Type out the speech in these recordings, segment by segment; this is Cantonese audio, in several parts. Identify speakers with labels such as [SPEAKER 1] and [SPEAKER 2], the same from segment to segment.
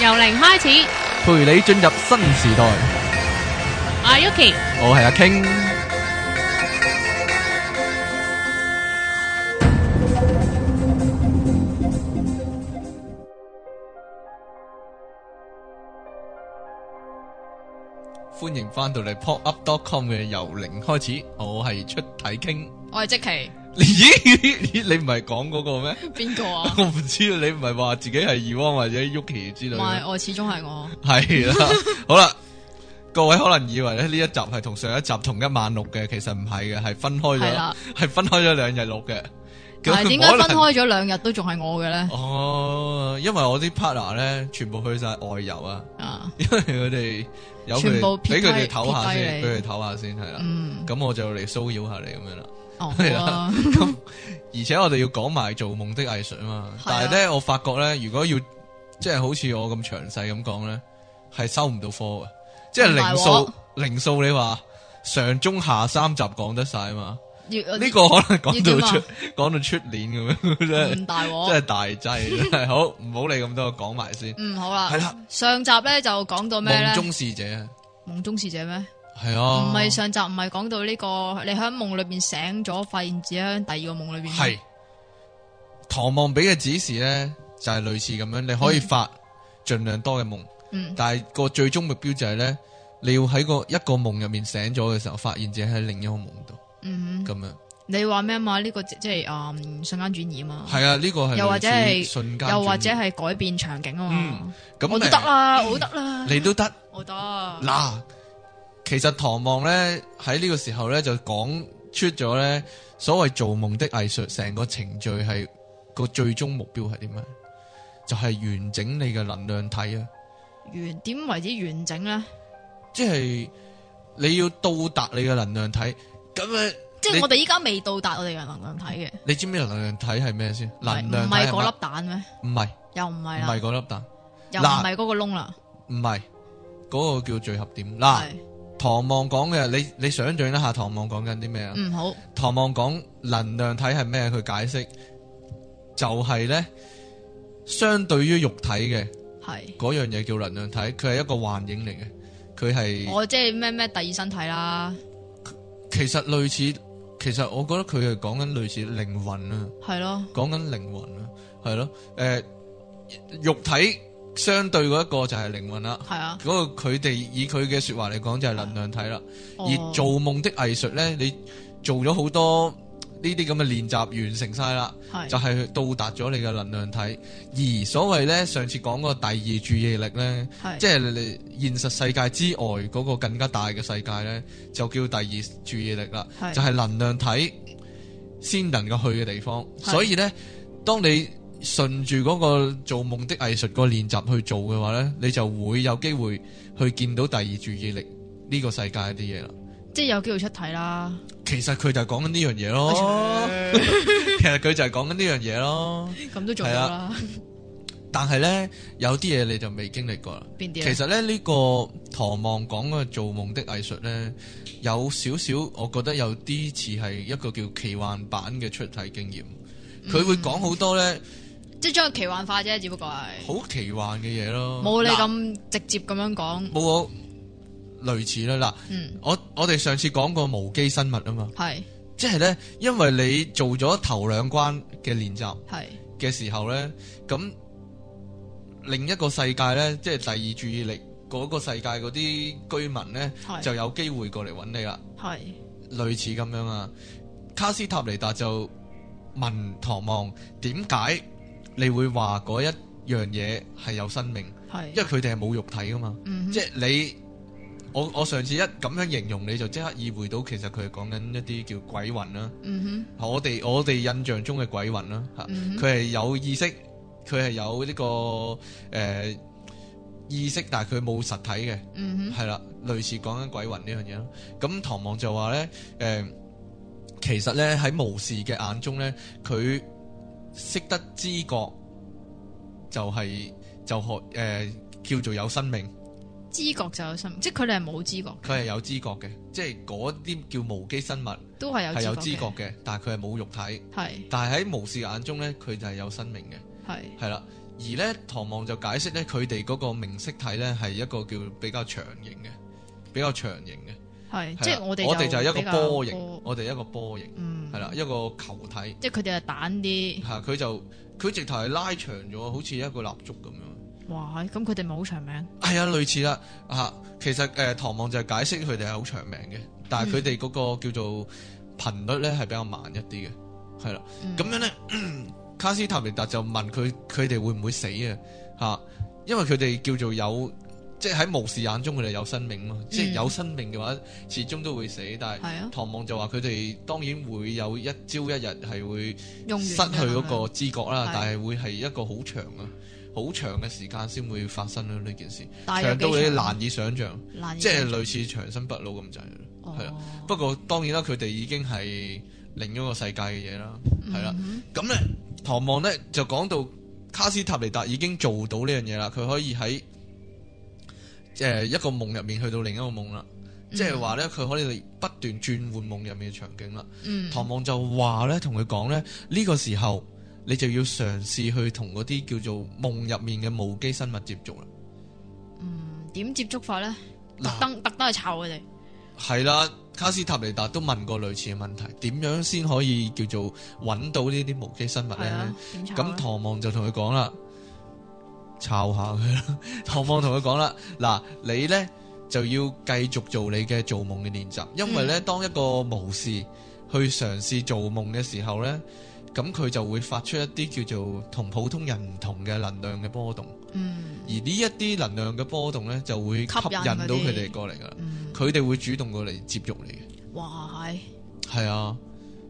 [SPEAKER 1] 由零開始，
[SPEAKER 2] 陪你進入新時代。
[SPEAKER 1] 我係 Yuki，
[SPEAKER 2] 我係阿 King，歡迎翻到嚟 popup.com 嘅由零開始，我係出體傾。
[SPEAKER 1] 我係即奇，
[SPEAKER 2] 咦？你唔係講嗰個咩？
[SPEAKER 1] 邊個啊？
[SPEAKER 2] 我唔知啊，你唔係話自己係 Ewan 或者 Yuki 之
[SPEAKER 1] 唔
[SPEAKER 2] 類嘅。
[SPEAKER 1] 係，我始終係我。
[SPEAKER 2] 係啦，好啦，各位可能以為咧呢一集係同上一集同一晚錄嘅，其實唔係嘅，係分開
[SPEAKER 1] 係
[SPEAKER 2] 咗
[SPEAKER 1] 啦，
[SPEAKER 2] 係分開咗兩日錄嘅。
[SPEAKER 1] 但係點解
[SPEAKER 2] 可能
[SPEAKER 1] 分？開咗兩日都仲係我嘅咧？
[SPEAKER 2] 哦，因為我啲 partner 咧全部去晒外遊啊，
[SPEAKER 1] 啊，
[SPEAKER 2] 因為佢哋有
[SPEAKER 1] 全部
[SPEAKER 2] 佢
[SPEAKER 1] 撇
[SPEAKER 2] 俾佢哋
[SPEAKER 1] 低
[SPEAKER 2] 唞下
[SPEAKER 1] 撇低
[SPEAKER 2] 先，
[SPEAKER 1] 你
[SPEAKER 2] 俾佢哋唞下先係啦。
[SPEAKER 1] 嗯，
[SPEAKER 2] 咁我就嚟騷擾下你咁樣啦。
[SPEAKER 1] 哦，好
[SPEAKER 2] 係
[SPEAKER 1] 啊
[SPEAKER 2] 啦，咁而且我哋要講埋做夢的藝術啊嘛。
[SPEAKER 1] 係啊
[SPEAKER 2] 但係咧，我發覺咧，如果要即係好似我咁詳細咁講咧，係收唔到科嘅，即係零
[SPEAKER 1] 咁
[SPEAKER 2] 數零數。你話上中下三集講得晒嘛？
[SPEAKER 1] 要
[SPEAKER 2] 呢個可能講到
[SPEAKER 1] 要點
[SPEAKER 2] 出
[SPEAKER 1] 啊
[SPEAKER 2] 講到出年咁樣， 真係
[SPEAKER 1] 唔大
[SPEAKER 2] 真係
[SPEAKER 1] 鑊。
[SPEAKER 2] 大劑。啊真係好，唔好理咁多，講埋先。
[SPEAKER 1] 嗯，好
[SPEAKER 2] 係
[SPEAKER 1] 啦
[SPEAKER 2] 啦，
[SPEAKER 1] 上集咧就講到咩
[SPEAKER 2] 夢
[SPEAKER 1] 咧？
[SPEAKER 2] 中使者啊
[SPEAKER 1] 夢中使者咩？
[SPEAKER 2] 係
[SPEAKER 1] 唔
[SPEAKER 2] 啊，
[SPEAKER 1] 係上集唔係講到呢個你喺夢裏邊醒咗，發現自己喺第二個夢裏邊。
[SPEAKER 2] 係唐望俾嘅指示咧，就係類似咁樣，你可以發盡量多嘅夢。
[SPEAKER 1] 嗯，
[SPEAKER 2] 但係個最終目標就係咧，你要喺個一個夢入面醒咗嘅時候，發現自己喺另一個夢度
[SPEAKER 1] 嗯哼，
[SPEAKER 2] 咁樣。
[SPEAKER 1] 你話咩嘛？呢個即即係啊，嗯瞬間轉移啊嘛。
[SPEAKER 2] 係啊，呢個係
[SPEAKER 1] 又或者係
[SPEAKER 2] 類似瞬間轉移，
[SPEAKER 1] 又或者係改變場景啊嘛
[SPEAKER 2] 嗯。咁
[SPEAKER 1] 我都
[SPEAKER 2] 誒
[SPEAKER 1] 得啦，我都得啦，
[SPEAKER 2] 你都得
[SPEAKER 1] 我得。嗱，
[SPEAKER 2] 嗱。其實唐望咧喺呢個時候咧就講出咗咧所謂做夢的藝術，成個程序係個最終目標係點樣？就係、完整你嘅能量體啊！
[SPEAKER 1] 完點為之完整咧？
[SPEAKER 2] 即係你要到達你嘅能量體，咁樣
[SPEAKER 1] 即係
[SPEAKER 2] 你
[SPEAKER 1] 我哋依家未到達我哋嘅能量體嘅，
[SPEAKER 2] 你知唔知能量體係咩先？
[SPEAKER 1] 唔係
[SPEAKER 2] 能
[SPEAKER 1] 唔
[SPEAKER 2] 量體
[SPEAKER 1] 係
[SPEAKER 2] 係
[SPEAKER 1] 嗰
[SPEAKER 2] 乜
[SPEAKER 1] 粒？蛋咩？
[SPEAKER 2] 唔係。
[SPEAKER 1] 又唔係啊啦
[SPEAKER 2] 唔係，嗰粒蛋，
[SPEAKER 1] 又唔
[SPEAKER 2] 嗱
[SPEAKER 1] 係嗰個窿啦，
[SPEAKER 2] 唔係嗰個叫聚合點。嗱，
[SPEAKER 1] 係
[SPEAKER 2] 唐望講嘅，你你想象一下，唐望講緊啲咩啊？
[SPEAKER 1] 唔嗯好
[SPEAKER 2] 唐望講能量體係咩？佢解釋就係呢，相對於肉體嘅
[SPEAKER 1] 係
[SPEAKER 2] 嗰樣嘢叫能量體，佢係一個幻影嚟嘅，佢係
[SPEAKER 1] 我即係咩咩第二身體啦，
[SPEAKER 2] 其實類似，其實我覺得佢係講緊類似靈魂啊。
[SPEAKER 1] 係咯，
[SPEAKER 2] 講緊靈魂啊，係咯，誒、肉體相對嗰一個就係靈魂啦。
[SPEAKER 1] 係啊，
[SPEAKER 2] 嗰個佢哋以佢嘅説話嚟講就係能量體啦。
[SPEAKER 1] 哦
[SPEAKER 2] 而做夢的藝術呢，你做咗好多呢啲咁嘅練習，完成晒啦，就
[SPEAKER 1] 係
[SPEAKER 2] 係到達咗你嘅能量體。而所謂呢，上次講嗰個第二注意力呢，
[SPEAKER 1] 係
[SPEAKER 2] 即係你現實世界之外嗰個更加大嘅世界呢，就叫第二注意力啦。
[SPEAKER 1] 係
[SPEAKER 2] 就係能量體先能夠去嘅地方。
[SPEAKER 1] 係
[SPEAKER 2] 所以呢，當你順住嗰個做夢的藝術個練習去做嘅話呢，你就會有機會去見到第二注意力呢個世界啲嘢啦。
[SPEAKER 1] 即係有機會出體啦，
[SPEAKER 2] 其實佢就係講緊呢樣嘢咯，其實佢就係講緊呢樣嘢咯。
[SPEAKER 1] 咁都做到
[SPEAKER 2] 啊
[SPEAKER 1] 啦，
[SPEAKER 2] 但係呢，有啲嘢你就未經歷過啦。
[SPEAKER 1] 邊啲
[SPEAKER 2] 其
[SPEAKER 1] 啊？
[SPEAKER 2] 實咧，呢、個唐望講嘅做夢的藝術呢，有少少，我覺得有啲似係一個叫奇幻版嘅出體經驗。
[SPEAKER 1] 嗯
[SPEAKER 2] 佢會講好多呢，
[SPEAKER 1] 即係將佢奇幻化啫，只不過係
[SPEAKER 2] 好奇幻嘅嘢咯。
[SPEAKER 1] 冇你
[SPEAKER 2] 嗯嗱
[SPEAKER 1] 咁直接咁樣講，
[SPEAKER 2] 冇我類似啦。嗱
[SPEAKER 1] 嗯，，
[SPEAKER 2] 我我哋上次講過無機生物啊嘛，
[SPEAKER 1] 係
[SPEAKER 2] 即係呢，因為你做咗頭兩關嘅練習
[SPEAKER 1] 係
[SPEAKER 2] 嘅時候呢，咁另一個世界呢，即係第二注意力嗰個世界嗰啲居民呢，
[SPEAKER 1] 係
[SPEAKER 2] 就有機會過嚟揾你啦。
[SPEAKER 1] 係
[SPEAKER 2] 類似咁樣啊。卡斯塔尼達就問唐望點解你會話嗰一樣嘢係有生命，因為
[SPEAKER 1] 係，
[SPEAKER 2] 佢哋係冇肉體噶嘛。
[SPEAKER 1] 嗯
[SPEAKER 2] 即
[SPEAKER 1] 哼
[SPEAKER 2] 係你，我我上次一咁樣形容你就即刻意會到，其實佢係講緊一啲叫鬼魂啦。
[SPEAKER 1] 嗯
[SPEAKER 2] 我哋我哋印象中嘅鬼魂啦，嚇、
[SPEAKER 1] 哼嗯哼
[SPEAKER 2] 佢係有意識，佢係有呢、個誒、呃意識，但係佢冇實體嘅。
[SPEAKER 1] 嗯哼。
[SPEAKER 2] 係啦，類似講緊鬼魂呢樣嘢咯。咁唐望就話呢，誒、其實呢，喺無視嘅眼中呢，佢識得知覺就係、就學誒、呃叫做有生命，
[SPEAKER 1] 知覺就有生，即係佢哋係冇知覺，
[SPEAKER 2] 佢係有知覺嘅，即係嗰啲叫無機生物
[SPEAKER 1] 都嗯係有
[SPEAKER 2] 係有知
[SPEAKER 1] 知
[SPEAKER 2] 覺
[SPEAKER 1] 覺嘅，
[SPEAKER 2] 嘅，但係佢係冇肉體。
[SPEAKER 1] 係
[SPEAKER 2] 但係喺無視嘅眼中呢，佢就係有生命嘅，
[SPEAKER 1] 係
[SPEAKER 2] 係啦。而而咧，唐望就解釋咧，佢哋嗰個明色體咧係一個叫比較長形嘅，比較長形嘅。
[SPEAKER 1] 系即
[SPEAKER 2] 係
[SPEAKER 1] 系
[SPEAKER 2] 啦
[SPEAKER 1] 我哋
[SPEAKER 2] 我哋就係
[SPEAKER 1] 係
[SPEAKER 2] 一個波形，，我哋一個波形
[SPEAKER 1] 嗯，
[SPEAKER 2] 係啦，一個球體
[SPEAKER 1] 即系佢哋系蛋啲，
[SPEAKER 2] 嚇，佢就佢直頭係拉長咗，好似一個蠟燭咁樣。
[SPEAKER 1] 哇，咁佢哋咪好長命，
[SPEAKER 2] 係啊，類似啦嚇。其實誒、呃唐望就係解釋佢哋係好長命嘅，但係佢哋嗰個叫做頻率咧係比較慢一啲嘅，係啦。
[SPEAKER 1] 嗯
[SPEAKER 2] 咁樣咧， 卡斯塔尼達就問佢佢哋會唔會死啊？嚇，因為佢哋叫做有，即係喺巫士眼中佢哋有生命嘛，
[SPEAKER 1] 嗯
[SPEAKER 2] 即係有生命嘅話，始終都會死。但係
[SPEAKER 1] 係啊，
[SPEAKER 2] 唐望就話佢哋當然會有一朝一日係會
[SPEAKER 1] 用完
[SPEAKER 2] 失去嗰個
[SPEAKER 1] 㗎
[SPEAKER 2] 知覺啦
[SPEAKER 1] 係，
[SPEAKER 2] 但係會係一個好長啊、好長嘅時間先會發生咯呢件事，
[SPEAKER 1] 啦，
[SPEAKER 2] 長到你
[SPEAKER 1] 難
[SPEAKER 2] 難以想像，
[SPEAKER 1] 難以
[SPEAKER 2] 即係
[SPEAKER 1] 想像
[SPEAKER 2] 類似長生不老咁滯啦。係啊啦
[SPEAKER 1] 哦
[SPEAKER 2] 不過當然啦，佢哋已經係另一個世界嘅嘢啦，係啦。
[SPEAKER 1] 嗯
[SPEAKER 2] 咁咧，唐望咧就講到卡斯塔尼達已經做到呢樣嘢啦，佢可以喺誒、呃一個夢入面去到另一個夢啦，即係話咧佢可以不斷轉換夢入面嘅場景啦。
[SPEAKER 1] 嗯，
[SPEAKER 2] 唐望就話咧，同佢講咧，呢、個時候你就要嘗試去同嗰啲叫做夢入面嘅無機生物接觸啦。
[SPEAKER 1] 嗯點接觸法咧？特
[SPEAKER 2] 嗱
[SPEAKER 1] 登特登去抄佢哋，
[SPEAKER 2] 係啦，卡斯塔尼達都問過類似嘅問題，點樣先可以叫做揾到呢啲無機生物
[SPEAKER 1] 係
[SPEAKER 2] 咧
[SPEAKER 1] 啊？，點抄
[SPEAKER 2] 咁
[SPEAKER 1] 咧？
[SPEAKER 2] 唐望就同佢講啦，抄下佢啦。 唐望同佢講啦，嗱，你呢就要繼續做你嘅做夢嘅練習，因為呢，
[SPEAKER 1] 嗯
[SPEAKER 2] 當一個巫士去嘗試做夢嘅時候呢，咁佢就會發出一啲叫做同普通人唔同嘅能量嘅波動，
[SPEAKER 1] 嗯
[SPEAKER 2] 而呢一啲能量嘅波動呢，就會吸
[SPEAKER 1] 吸引
[SPEAKER 2] 引
[SPEAKER 1] 佢哋
[SPEAKER 2] 到佢哋過嚟噶啦，
[SPEAKER 1] 嗯，
[SPEAKER 2] 佢哋會主動過嚟接觸你嘅。
[SPEAKER 1] 哇係，
[SPEAKER 2] 係啊，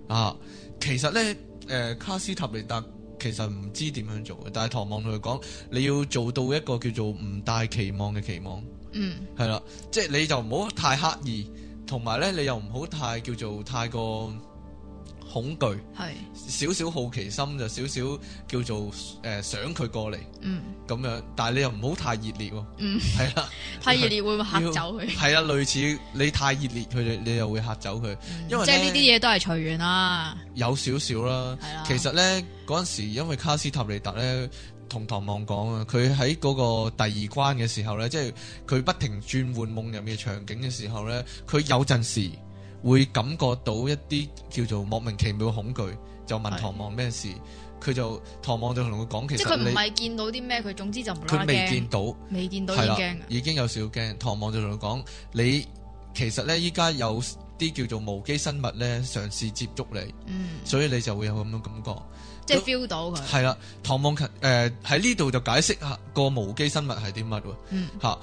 [SPEAKER 2] 啊，其實咧，誒、卡斯塔尼達其實唔知點樣做嘅，但係唐望同佢講，你要做到一個叫做唔帶期望嘅期望，
[SPEAKER 1] 嗯
[SPEAKER 2] 係啦、即係你就唔好太刻意，同埋咧你又唔好太叫做太過恐懼，
[SPEAKER 1] 係，
[SPEAKER 2] 少少好奇心就少少叫做誒、呃想佢過嚟
[SPEAKER 1] 嗯
[SPEAKER 2] 咁樣，但係你又唔好太熱烈喎，
[SPEAKER 1] 嗯，
[SPEAKER 2] 係啦，
[SPEAKER 1] 太熱烈會唔會嚇走佢？
[SPEAKER 2] 係啦，類似你太熱烈佢哋，你又會嚇走佢，
[SPEAKER 1] 嗯
[SPEAKER 2] 因為
[SPEAKER 1] 即係呢
[SPEAKER 2] 呢
[SPEAKER 1] 啲嘢都係隨緣啦，
[SPEAKER 2] 有少少啦。
[SPEAKER 1] 係啦。
[SPEAKER 2] 其實呢，嗰陣時，因為卡斯塔利特呢，同唐望講啊，佢喺嗰個第二關嘅時候呢，即係佢不停轉換夢入面嘅場景嘅時候呢，佢有陣時會感覺到一啲叫做莫名其妙嘅恐懼，就問
[SPEAKER 1] 係
[SPEAKER 2] 唐望咩事，佢就唐望就同佢講，其
[SPEAKER 1] 即係佢
[SPEAKER 2] 實
[SPEAKER 1] 唔
[SPEAKER 2] 你
[SPEAKER 1] 係見到啲咩，佢總之就唔啦
[SPEAKER 2] 佢未
[SPEAKER 1] 驚
[SPEAKER 2] 見，到。
[SPEAKER 1] 未見到已
[SPEAKER 2] 係
[SPEAKER 1] 經啊
[SPEAKER 2] 啦
[SPEAKER 1] 驚，㗎
[SPEAKER 2] 已經有少少驚。唐望就同佢講：你其實呢，依家有啲叫做無機生物呢，嘗試接觸你，
[SPEAKER 1] 嗯，
[SPEAKER 2] 所以你就會有咁樣感覺。
[SPEAKER 1] 即係 feel 到佢，
[SPEAKER 2] 係啦，唐望勤誒喺呢度就解釋下個無機生物係啲乜喎
[SPEAKER 1] 嗯
[SPEAKER 2] 嚇。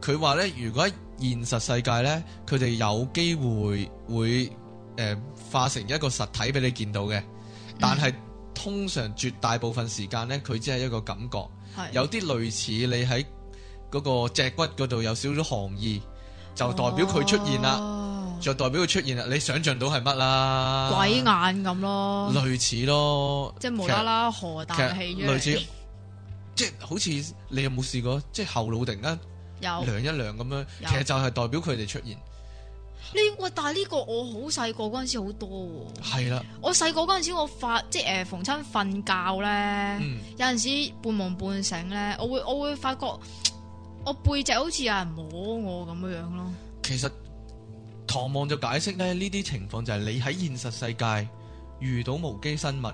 [SPEAKER 2] 佢話咧，如果喺現實世界咧，佢哋有機會會誒、呃化成一個實體俾你見到嘅，但
[SPEAKER 1] 嗯
[SPEAKER 2] 係通常絕大部分時間咧，佢只係一個感覺，
[SPEAKER 1] 係
[SPEAKER 2] 有啲類似你喺嗰個脊骨嗰度有少少寒意，就代
[SPEAKER 1] 哦
[SPEAKER 2] 表佢出現啦，
[SPEAKER 1] 啦
[SPEAKER 2] 就代表佢出現啦。你想像到係乜啦？
[SPEAKER 1] 哦鬼眼咁咯，
[SPEAKER 2] 類似咯，
[SPEAKER 1] 即係無啦啦河
[SPEAKER 2] 其
[SPEAKER 1] 啖氣
[SPEAKER 2] 實
[SPEAKER 1] 出嚟
[SPEAKER 2] 類似，即係好似你有冇試過，即係後腦突然啊間
[SPEAKER 1] 有
[SPEAKER 2] 涼一涼咁樣，
[SPEAKER 1] 有
[SPEAKER 2] 其實就係代表佢哋出現，
[SPEAKER 1] 呢喂，但係呢個我好細個嗰陣時好多喎。
[SPEAKER 2] 係啦，
[SPEAKER 1] 我細個嗰陣時，我發即係誒逢親瞓覺咧，
[SPEAKER 2] 嗯，
[SPEAKER 1] 有陣時半夢半醒咧，我會我會發覺我背脊好似有人摸我咁樣樣咯。
[SPEAKER 2] 其實嗯唐望就解釋咧，呢啲情況就係你喺現實世界遇到無機生物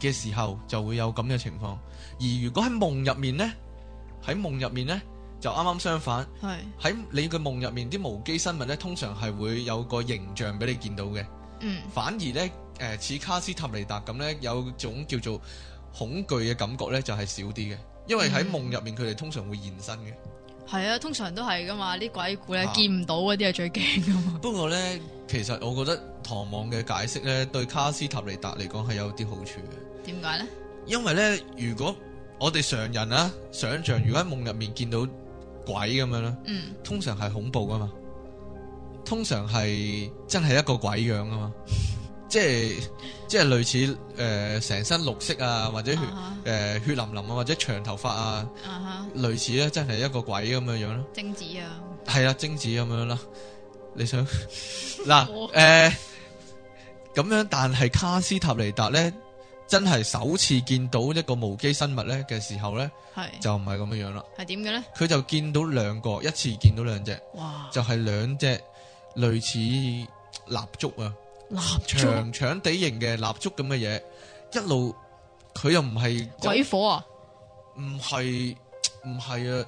[SPEAKER 2] 嘅時候就會有咁嘅情況，而如果喺夢入面呢，喺夢入面呢，就啱啱相反，
[SPEAKER 1] 係，
[SPEAKER 2] 喺你嘅夢入面啲無機生物呢，通常係會有個形象俾你見到嘅。
[SPEAKER 1] 嗯，
[SPEAKER 2] 反而呢，誒、呃似卡斯塔尼達咁呢，有種叫做恐懼嘅感覺呢，就係少啲嘅，因為喺
[SPEAKER 1] 嗯
[SPEAKER 2] 夢入面佢哋通常會現身嘅。
[SPEAKER 1] 係啊，通常都係噶嘛，啲鬼故咧
[SPEAKER 2] 啊
[SPEAKER 1] 見唔到嗰啲係最驚噶嘛。
[SPEAKER 2] 不過呢，其實我覺得唐望嘅解釋呢，對卡斯塔尼達嚟講係有啲好處嘅，
[SPEAKER 1] 點解咧？
[SPEAKER 2] 因為呢，如果我哋常人啊，想像如果喺夢入面見到鬼咁樣啦，
[SPEAKER 1] 嗯，
[SPEAKER 2] 通常係恐怖噶嘛，通常係真係一個鬼樣噶嘛，即係即係類似誒成、身綠色啊，或者血。
[SPEAKER 1] 啊
[SPEAKER 2] 誒、血淋淋啊，或者長頭髮啊，
[SPEAKER 1] 哈啊哈，
[SPEAKER 2] 類似咧，真係一個鬼咁樣樣咯。
[SPEAKER 1] 精子啊，
[SPEAKER 2] 係啦，精子咁樣啦。你想嗱誒
[SPEAKER 1] 我
[SPEAKER 2] 咁樣，但係卡斯塔尼達咧真係首次見到一個無機生物呢嘅時候呢，
[SPEAKER 1] 係
[SPEAKER 2] 就唔係咁樣樣啦。
[SPEAKER 1] 係點嘅咧？
[SPEAKER 2] 佢就見到兩個，一次見到兩隻，
[SPEAKER 1] 哇！
[SPEAKER 2] 就係兩隻類似蠟燭啊，
[SPEAKER 1] 蠟燭
[SPEAKER 2] 長長地形嘅蠟燭咁嘅嘢，一路佢又唔係
[SPEAKER 1] 鬼火啊！
[SPEAKER 2] 唔係唔係啊！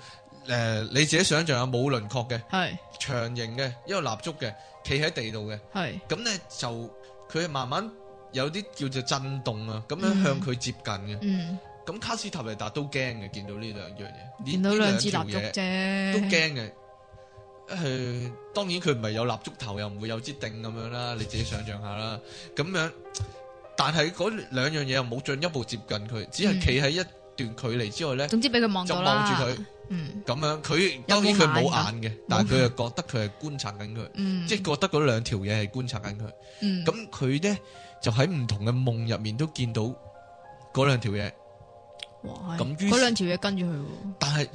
[SPEAKER 2] 誒、你自己想象下，冇輪廓嘅，
[SPEAKER 1] 係
[SPEAKER 2] 長形嘅，一個蠟燭嘅，企喺地度嘅，
[SPEAKER 1] 係
[SPEAKER 2] 咁咧就佢慢慢有啲叫做震動啊，咁樣
[SPEAKER 1] 嗯
[SPEAKER 2] 向佢接近嘅。
[SPEAKER 1] 嗯，
[SPEAKER 2] 咁、卡斯塔尼達都驚嘅，見到呢兩樣嘢，呢
[SPEAKER 1] 見到兩支
[SPEAKER 2] 呢條
[SPEAKER 1] 蠟燭
[SPEAKER 2] 嘢
[SPEAKER 1] 啫，
[SPEAKER 2] 都驚嘅。誒、當然佢唔係有蠟燭頭，又唔會有支定咁樣啦，你自己想象下啦。咁樣，但係嗰兩樣嘢又冇進一步接近佢，只係企喺一段距離之外咧，
[SPEAKER 1] 總之俾佢望嗯
[SPEAKER 2] 就
[SPEAKER 1] 到
[SPEAKER 2] 望住
[SPEAKER 1] 啦。
[SPEAKER 2] 佢
[SPEAKER 1] 嗯
[SPEAKER 2] 咁樣。佢
[SPEAKER 1] 有
[SPEAKER 2] 當然
[SPEAKER 1] 冇
[SPEAKER 2] 佢冇
[SPEAKER 1] 眼㗎
[SPEAKER 2] 眼嘅，但係佢又覺得佢係觀察緊佢，
[SPEAKER 1] 嗯，
[SPEAKER 2] 即係覺得嗰兩條嘢係觀察緊佢。
[SPEAKER 1] 嗯
[SPEAKER 2] 咁佢咧就喺唔同嘅夢入面都見到嗰兩條嘢，
[SPEAKER 1] 哇
[SPEAKER 2] 咁於是
[SPEAKER 1] 嗰兩條嘢跟住佢喎。
[SPEAKER 2] 但係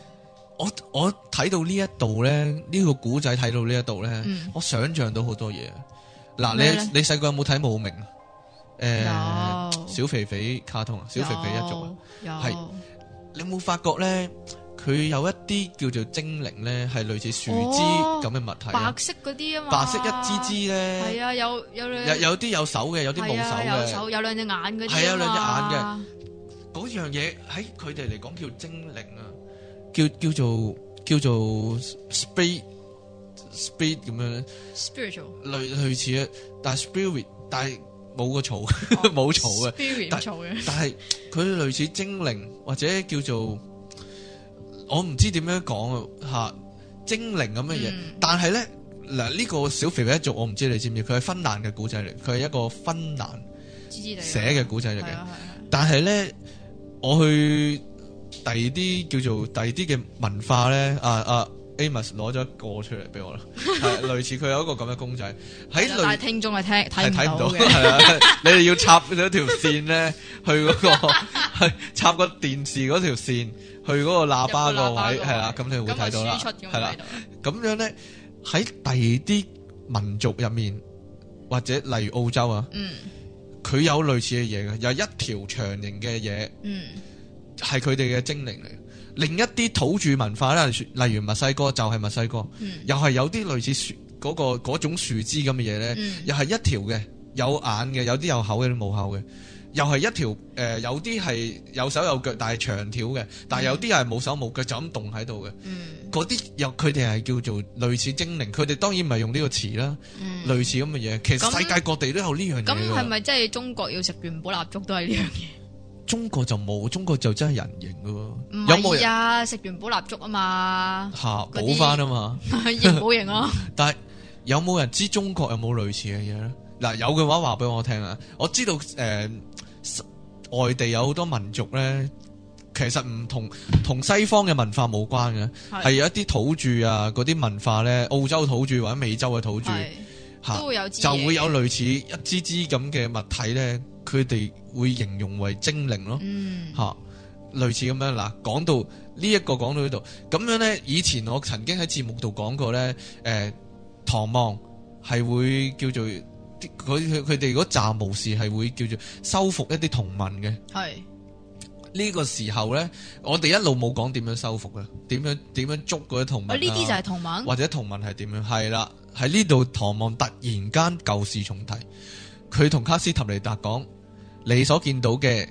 [SPEAKER 2] 我我睇到呢一度咧，呢、個古仔睇到呢一度咧，
[SPEAKER 1] 嗯
[SPEAKER 2] 我想象到好多嘢。嗱，
[SPEAKER 1] 咩呢
[SPEAKER 2] 你你細個有冇睇《武明》啊？誒、
[SPEAKER 1] 有
[SPEAKER 2] 小肥肥卡通啊，小肥肥一族啊，
[SPEAKER 1] 有
[SPEAKER 2] 係你有冇發覺咧？佢有一啲叫做精靈咧，係類似樹枝
[SPEAKER 1] 哦
[SPEAKER 2] 咁嘅物體
[SPEAKER 1] 白
[SPEAKER 2] 啊，
[SPEAKER 1] 色嗰啲啊嘛，
[SPEAKER 2] 白色一支支咧，
[SPEAKER 1] 係啊，有有兩
[SPEAKER 2] 有有啲有手嘅，有啲冇
[SPEAKER 1] 係啊有
[SPEAKER 2] 手嘅
[SPEAKER 1] 手，。有兩隻眼嗰啲
[SPEAKER 2] 係啊
[SPEAKER 1] 啊嘛
[SPEAKER 2] 嗰樣嘢喺佢哋嚟講叫精靈啊，叫叫做叫做 spirit spirit 咁樣
[SPEAKER 1] spiritual
[SPEAKER 2] 類類似啊，但係 spirit 但係冇個草
[SPEAKER 1] 哦
[SPEAKER 2] 冇草嘅，
[SPEAKER 1] spirit
[SPEAKER 2] 但
[SPEAKER 1] 做嘅，
[SPEAKER 2] 但係佢類似精靈或者叫做我唔知點樣講啊吓精靈咁嘅嘢，
[SPEAKER 1] 嗯
[SPEAKER 2] 但係咧嗱呢個小肥肥一族我唔知你知唔知，佢係芬蘭嘅古仔嚟，佢係一個芬蘭
[SPEAKER 1] 知知哋
[SPEAKER 2] 寫嘅古仔嚟
[SPEAKER 1] 係
[SPEAKER 2] 嘅。
[SPEAKER 1] 啊係
[SPEAKER 2] 但係咧，我去第二啲叫做第二啲嘅文化咧，啊啊 Amos 攞咗一個出嚟俾 我啦，係類似佢有一個咁嘅公仔喺
[SPEAKER 1] 係啊，但係
[SPEAKER 2] 類
[SPEAKER 1] 聽眾係聽
[SPEAKER 2] 係睇
[SPEAKER 1] 睇
[SPEAKER 2] 唔
[SPEAKER 1] 唔
[SPEAKER 2] 到，
[SPEAKER 1] 到嘅，
[SPEAKER 2] 係啊，你哋要插咗條線咧，去嗰、 個係插個電視嗰條線去嗰個喇叭個位，係啦，咁你會睇到啦，係
[SPEAKER 1] 係
[SPEAKER 2] 啦
[SPEAKER 1] 啦，，
[SPEAKER 2] 咁樣咧喺第二啲民族入面，或者例如澳洲啊，
[SPEAKER 1] 嗯
[SPEAKER 2] 佢有類似嘅嘢嘅，有一條長形嘅嘢。
[SPEAKER 1] 嗯
[SPEAKER 2] 係佢哋嘅精靈嚟。另一啲土著文化咧，例如墨西哥就係墨西哥，
[SPEAKER 1] 嗯
[SPEAKER 2] 又係有啲類似樹嗰、個嗰種樹枝咁嘅嘢呢，
[SPEAKER 1] 嗯
[SPEAKER 2] 又係一條嘅，有眼嘅，有啲有口嘅，有啲冇口嘅，又係一條誒、呃有啲係有手有腳，但係長條嘅，但係有啲係冇手冇腳就咁棟喺度嘅。
[SPEAKER 1] 嗯
[SPEAKER 2] 嗰啲又佢哋係叫做類似精靈，佢哋當然唔係用呢個詞啦，
[SPEAKER 1] 嗯
[SPEAKER 2] 類似咁嘅嘢。其實
[SPEAKER 1] 咁
[SPEAKER 2] 世界各地都有呢樣嘢
[SPEAKER 1] 咁係
[SPEAKER 2] 㗎啦。
[SPEAKER 1] 咪即係中國要食元寶蠟燭都係呢樣嘢？
[SPEAKER 2] 中國就冇，中國就真係人形嘅
[SPEAKER 1] 唔
[SPEAKER 2] 喎。有冇
[SPEAKER 1] 係
[SPEAKER 2] 人
[SPEAKER 1] 啊，食元寶蠟燭啊嘛，
[SPEAKER 2] 嚇
[SPEAKER 1] 嗰啲
[SPEAKER 2] 補翻啊嘛？
[SPEAKER 1] 元寶型咯，
[SPEAKER 2] 但係有冇人知中國有冇類似嘅嘢咧？嗱，有嘅話話俾我聽啊！我知道誒、呃西外地有好多民族咧，其實唔同同西方嘅文化冇關嘅，係有一啲土著啊嗰啲文化咧，澳洲土著或者美洲嘅土著
[SPEAKER 1] 係
[SPEAKER 2] 嚇
[SPEAKER 1] 都會有支
[SPEAKER 2] 就
[SPEAKER 1] 嘢
[SPEAKER 2] 會有類似一支支咁嘅物體咧，佢哋會形容為精靈咯。
[SPEAKER 1] 嗯
[SPEAKER 2] 吓、類似咁樣嗱，講到呢、一個講到呢度，咁樣呢，以前我曾經喺節目度講過呢，誒、呃唐望係會叫做啲佢佢佢哋嗰扎巫士係會叫做收復一啲同盟嘅。
[SPEAKER 1] 係
[SPEAKER 2] 呢、個時候呢，我哋一路冇講點樣收復嘅，點樣點樣捉嗰啲同
[SPEAKER 1] 我
[SPEAKER 2] 盟、啊、
[SPEAKER 1] 哦呢啲就係同盟，
[SPEAKER 2] 或者同盟係點樣？係啦，喺呢度唐望突然間舊事重提，佢同卡斯塔尼達講：你所見到嘅，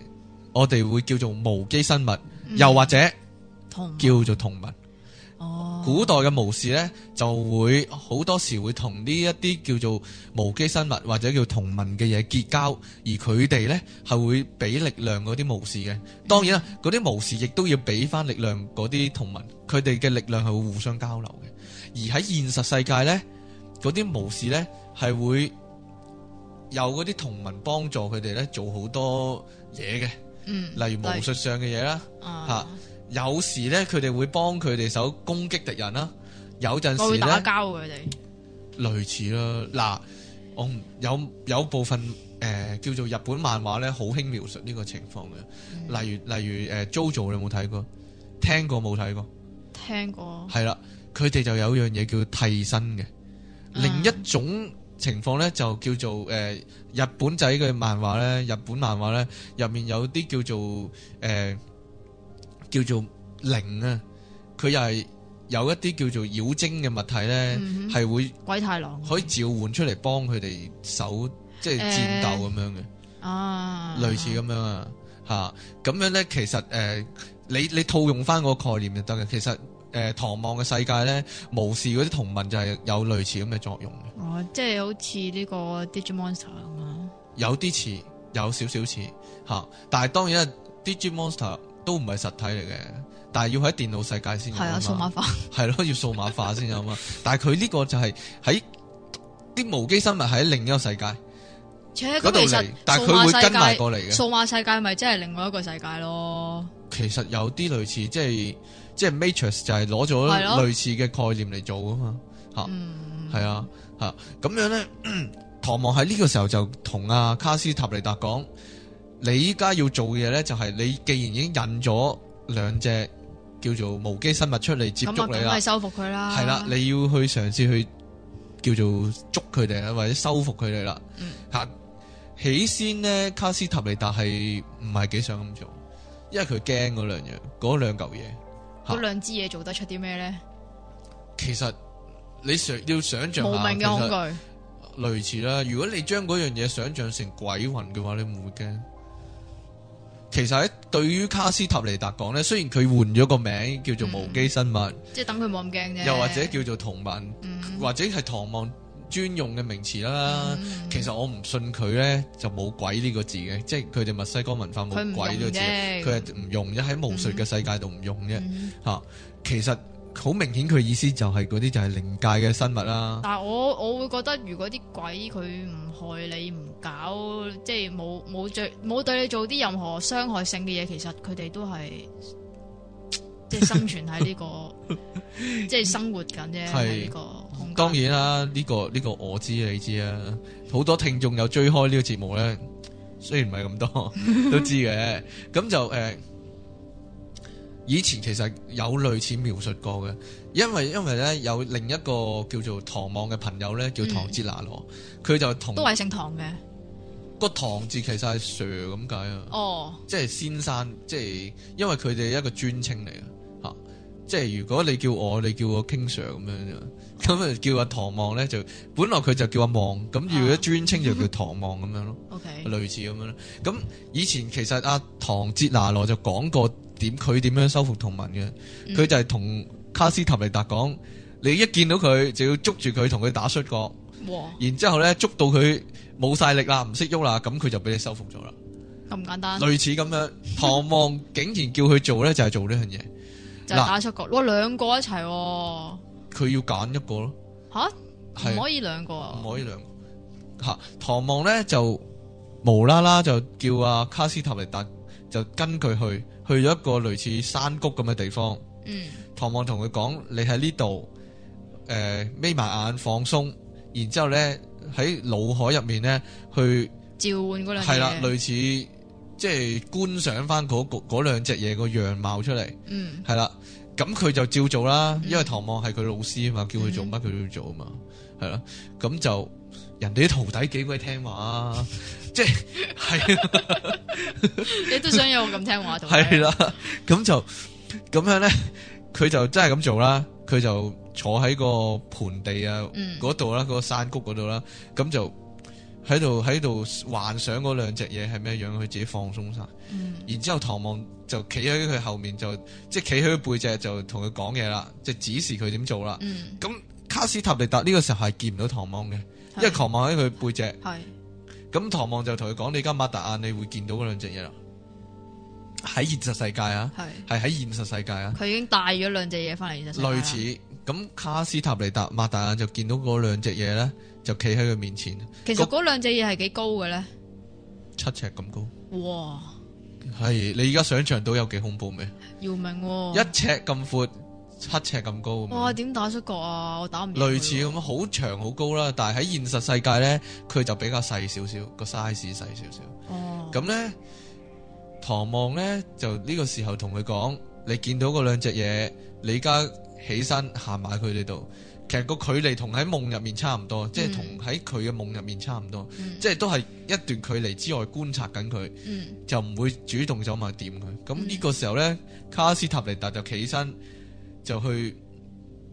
[SPEAKER 2] 我哋會叫做無機生物，
[SPEAKER 1] 嗯
[SPEAKER 2] 又或者
[SPEAKER 1] 同
[SPEAKER 2] 叫做同盟。
[SPEAKER 1] 哦
[SPEAKER 2] 古代嘅巫士呢，就會好多時會同呢一啲叫做無機生物或者叫同盟嘅嘢結交，而佢哋呢係會俾力量嗰啲巫士嘅。當然啦，嗰啲巫士亦都要俾翻力量嗰啲同盟，佢哋嘅力量係會互相交流嘅。而喺現實世界呢，嗰啲巫士呢係會有嗰啲同盟幫助佢哋呢做好多嘢嘅，
[SPEAKER 1] 嗯
[SPEAKER 2] 例如巫術上嘅嘢啦。
[SPEAKER 1] 啊
[SPEAKER 2] 嚇有時咧，佢哋會幫佢哋手攻擊敵人啦。有陣
[SPEAKER 1] 我
[SPEAKER 2] 時
[SPEAKER 1] 會打
[SPEAKER 2] 咧，
[SPEAKER 1] 交嘅佢哋
[SPEAKER 2] 類似啦。嗱，我唔有有部分誒、呃叫做日本漫畫咧，好輕描述呢個情況
[SPEAKER 1] 嗯
[SPEAKER 2] 嘅。例如例如誒、呃 JoJo，你有冇睇過？聽過冇睇過？
[SPEAKER 1] 聽過啊
[SPEAKER 2] 係啦，佢哋就有樣嘢叫替身嘅，
[SPEAKER 1] 嗯
[SPEAKER 2] 另一種情況呢，就叫做誒、呃日本仔嘅漫畫呢，日本漫畫呢，入面有啲叫做誒、呃叫做靈啊，佢又係有一啲叫做妖精嘅物體呢，
[SPEAKER 1] 嗯哼
[SPEAKER 2] 係、會
[SPEAKER 1] 鬼太郎
[SPEAKER 2] 可以召喚出嚟幫佢哋手即係戰鬥咁樣嘅。
[SPEAKER 1] 啊，
[SPEAKER 2] 類似咁樣啊，嚇咁樣呢，其實誒、呃你你套用翻個概念就得嘅。其實誒、呃唐望嘅世界呢，無視嗰啲同盟就係有類似咁嘅作用嘅，
[SPEAKER 1] 哦，即係好似呢個 Digimonster 咁啊，
[SPEAKER 2] 有啲似，有少少似嚇。但係當然啦，Digimonster 都唔係實體嚟嘅，但係要喺電腦世界先有
[SPEAKER 1] 係啊，
[SPEAKER 2] 啊
[SPEAKER 1] 數
[SPEAKER 2] 嘛
[SPEAKER 1] 碼化，
[SPEAKER 2] 係咯，要數碼化先有啊嘛。 但係佢呢個就係喺啲無機生物喺另一個世界
[SPEAKER 1] 且
[SPEAKER 2] 嗰
[SPEAKER 1] 咁
[SPEAKER 2] 度
[SPEAKER 1] 其
[SPEAKER 2] 嚟
[SPEAKER 1] 實，
[SPEAKER 2] 但係
[SPEAKER 1] 數
[SPEAKER 2] 佢會跟
[SPEAKER 1] 碼
[SPEAKER 2] 埋
[SPEAKER 1] 世界，
[SPEAKER 2] 過嚟嘅。
[SPEAKER 1] 數碼世界咪真係另外一個世界咯，
[SPEAKER 2] 其實有啲類似，即係即係 Matrix 就係攞咗
[SPEAKER 1] 係咯
[SPEAKER 2] 類似嘅概念嚟做噶嘛，啊
[SPEAKER 1] 嗯，
[SPEAKER 2] 係啊嚇咁樣呢， 唐望喺呢個時候就同阿卡斯塔尼達講：你依家要做嘅嘢呢，就係你既然已經引咗兩隻叫做無機生物出嚟接
[SPEAKER 1] 咁啊，
[SPEAKER 2] 觸你
[SPEAKER 1] 梗
[SPEAKER 2] 啦
[SPEAKER 1] 係，收服佢啦，
[SPEAKER 2] 係啦，你要去嘗試去叫做捉佢哋啦，或者收服佢哋啦
[SPEAKER 1] 嗯
[SPEAKER 2] 嚇。起先呢，卡斯塔尼達係唔係幾想咁做，因為佢驚嗰兩樣嗰兩嚿嘢。
[SPEAKER 1] 嗰兩支嘢做得出啲咩咧？
[SPEAKER 2] 其實你想要想象
[SPEAKER 1] 無
[SPEAKER 2] 下，
[SPEAKER 1] 名
[SPEAKER 2] 其
[SPEAKER 1] 嘅恐
[SPEAKER 2] 實
[SPEAKER 1] 懼，
[SPEAKER 2] 類似啦。如果你將嗰樣嘢想象成鬼魂嘅話，你唔會驚。其實喺對於卡斯塔尼達講呢，雖然佢換咗個名叫做
[SPEAKER 1] 嗯
[SPEAKER 2] 無機生物，
[SPEAKER 1] 即係等佢冇咁驚啫。
[SPEAKER 2] 又或者叫做同盟，
[SPEAKER 1] 嗯
[SPEAKER 2] 或者係唐望專用嘅名詞啦。
[SPEAKER 1] 嗯
[SPEAKER 2] 其實我唔信佢呢，就冇鬼呢個字嘅，即係佢哋墨西哥文化冇
[SPEAKER 1] 佢唔
[SPEAKER 2] 鬼呢個
[SPEAKER 1] 用
[SPEAKER 2] 字，
[SPEAKER 1] 啫
[SPEAKER 2] 佢係唔用啫，喺巫術嘅世界度唔用啫。
[SPEAKER 1] 嗯
[SPEAKER 2] 吓、其實好明顯佢意思就係嗰啲就係靈界嘅生物啦。
[SPEAKER 1] 但係我我會覺得，如果啲鬼佢唔害你，唔搞，即係冇冇罪冇對你做啲任何傷害性嘅嘢，其實佢哋都 係即係生存喺呢、個即係生活緊啫，
[SPEAKER 2] 係
[SPEAKER 1] 喺呢個空間。
[SPEAKER 2] 當然啦，呢、個呢、個我知你知啊，好多聽眾有追開呢個節目呢，雖然唔係 咁多都知嘅，咁就誒、呃以前其實有類似描述過嘅，因為因為咧有另一個叫做唐望嘅朋友呢，叫唐哲拿羅，佢、就同
[SPEAKER 1] 都係姓唐嘅。
[SPEAKER 2] 嗯個唐字其實係 Sir 咁解啊。
[SPEAKER 1] 哦，
[SPEAKER 2] 即係先生，即係因為佢哋一個專稱嚟嘅嚇。即係如果你叫我，你叫我 King Sir 咁樣啫。 咁啊叫阿唐望咧，就本來佢就叫阿望，咁如果
[SPEAKER 1] 啊
[SPEAKER 2] 專稱就叫唐望咁樣 咯，
[SPEAKER 1] OK，
[SPEAKER 2] 類似咁樣咯。咁以前其實阿唐哲拿羅就講過點佢點樣收服同盟嘅，
[SPEAKER 1] 嗯
[SPEAKER 2] 佢就係同卡斯塔尼達講，你一見到佢就要捉住佢同佢打摔角。
[SPEAKER 1] 哇，
[SPEAKER 2] 然之後咧捉到佢冇晒力啦，唔識喐啦，咁佢就俾你收服咗啦。
[SPEAKER 1] 咁簡單，
[SPEAKER 2] 類似咁樣，唐望竟然叫佢做呢，就係、做呢樣嘢，
[SPEAKER 1] 就係
[SPEAKER 2] 嗱
[SPEAKER 1] 打出局。哇，兩個一齊喎，
[SPEAKER 2] 佢要揀一個咯，
[SPEAKER 1] 吓
[SPEAKER 2] 係
[SPEAKER 1] 唔可以兩個啊？
[SPEAKER 2] 唔可以兩個。嚇、唐望呢就無啦啦就叫阿卡斯塔尼達就跟佢去，去咗一個類似山谷咁嘅地方。
[SPEAKER 1] 嗯，
[SPEAKER 2] 唐望同佢講：你喺呢度，誒眯埋眼放鬆，然之後呢，喺腦海入面呢，去
[SPEAKER 1] 召喚嗰兩隻
[SPEAKER 2] 係啦，
[SPEAKER 1] 嘢
[SPEAKER 2] 類似即係觀賞翻嗰嗰嗰兩隻嘢個樣貌出嚟。
[SPEAKER 1] 嗯
[SPEAKER 2] 係啦，咁佢就照做啦，
[SPEAKER 1] 嗯
[SPEAKER 2] 因為唐望係佢老師啊嘛，叫佢做乜佢都要做啊嘛，係啦，咁就人哋啲徒弟幾鬼聽話啊， 即係係啊
[SPEAKER 1] 你都想有我咁聽話同埋
[SPEAKER 2] 係啦，咁就咁樣咧，佢就真係咁做啦，佢就坐喺個盆地啊
[SPEAKER 1] 嗯
[SPEAKER 2] 嗰度啦，嗰個山谷嗰度啦，咁就喺度喺度幻想嗰兩隻嘢係咩樣，佢自己放鬆晒。
[SPEAKER 1] 嗯
[SPEAKER 2] 然之後唐望就企喺佢後面，就即係企喺佢背脊就同佢講嘢啦，即係指示佢點做啦。
[SPEAKER 1] 嗯，
[SPEAKER 2] 咁、卡斯塔尼達呢個時候係見唔到唐望嘅，因為
[SPEAKER 1] 係
[SPEAKER 2] 唐望喺佢背脊。
[SPEAKER 1] 係
[SPEAKER 2] 咁唐望就同佢講：你而家擘大眼，你會見到嗰兩隻嘢啦。喺現實世界啊，
[SPEAKER 1] 係。
[SPEAKER 2] 係喺現實世界啊，
[SPEAKER 1] 佢已經帶咗兩隻嘢翻嚟，其實
[SPEAKER 2] 類似。咁卡斯塔尼達擘大眼就見到嗰兩隻嘢呢，就企喺佢面前，
[SPEAKER 1] 其實嗰兩隻嘢係幾高嘅咧？
[SPEAKER 2] 七尺咁高。
[SPEAKER 1] 哇，
[SPEAKER 2] 係你而家想象到有幾恐怖未？
[SPEAKER 1] 姚明喎、
[SPEAKER 2] 一尺咁闊，七尺咁高咁樣。
[SPEAKER 1] 哇點打出角啊？我打唔贏佢喎
[SPEAKER 2] 類似咁樣好長好高啦，但係喺現實世界呢，佢就比較細少少，個 size 細少少。
[SPEAKER 1] 哦，
[SPEAKER 2] 咁呢，唐望呢，就呢個時候同佢講：你見到嗰兩隻嘢，你而家起身行埋佢哋度，其實個距離同喺夢入面差唔多，即係同喺佢嘅夢入面差唔多，即係都係一段距離之外觀察緊佢，
[SPEAKER 1] 嗯
[SPEAKER 2] 就唔會主動走埋掂佢。咁呢
[SPEAKER 1] 嗯
[SPEAKER 2] 個時候呢，卡斯塔尼達就企身就去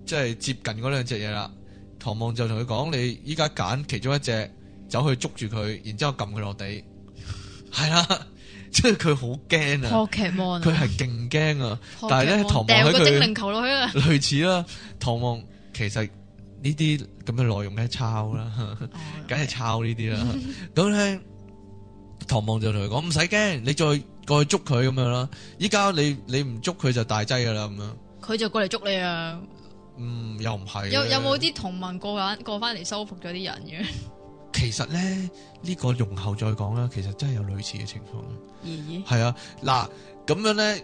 [SPEAKER 2] 即係接近嗰兩隻嘢啦。唐望就同佢講：你依家揀其中一隻，走去捉住佢，然之後撳佢落地。係啦，即係佢好驚啊！
[SPEAKER 1] ，Pokemon
[SPEAKER 2] 佢
[SPEAKER 1] 啊
[SPEAKER 2] 係勁 驚啊！
[SPEAKER 1] ，Pokemon，
[SPEAKER 2] 但係呢唐望
[SPEAKER 1] 掉
[SPEAKER 2] 喺
[SPEAKER 1] 個
[SPEAKER 2] 佢
[SPEAKER 1] 精靈球落去 啊，
[SPEAKER 2] 類似啦，唐望其實呢啲咁嘅內容梗係抄
[SPEAKER 1] 哦
[SPEAKER 2] 啦，梗係抄呢 啲啦。咁咧，唐望就同佢講唔使驚，你再過去捉佢咁樣啦。依家你你唔捉佢就大劑噶啦咁樣。
[SPEAKER 1] 佢就過嚟捉你啊！
[SPEAKER 2] 嗯，又唔係嘅
[SPEAKER 1] 有有冇？啲同盟過翻過翻嚟收服咗啲人嘅？
[SPEAKER 2] 其實咧呢、個容後再講啦，其實真係有類似嘅情況。
[SPEAKER 1] 咦？
[SPEAKER 2] 係啊，嗱咁樣咧，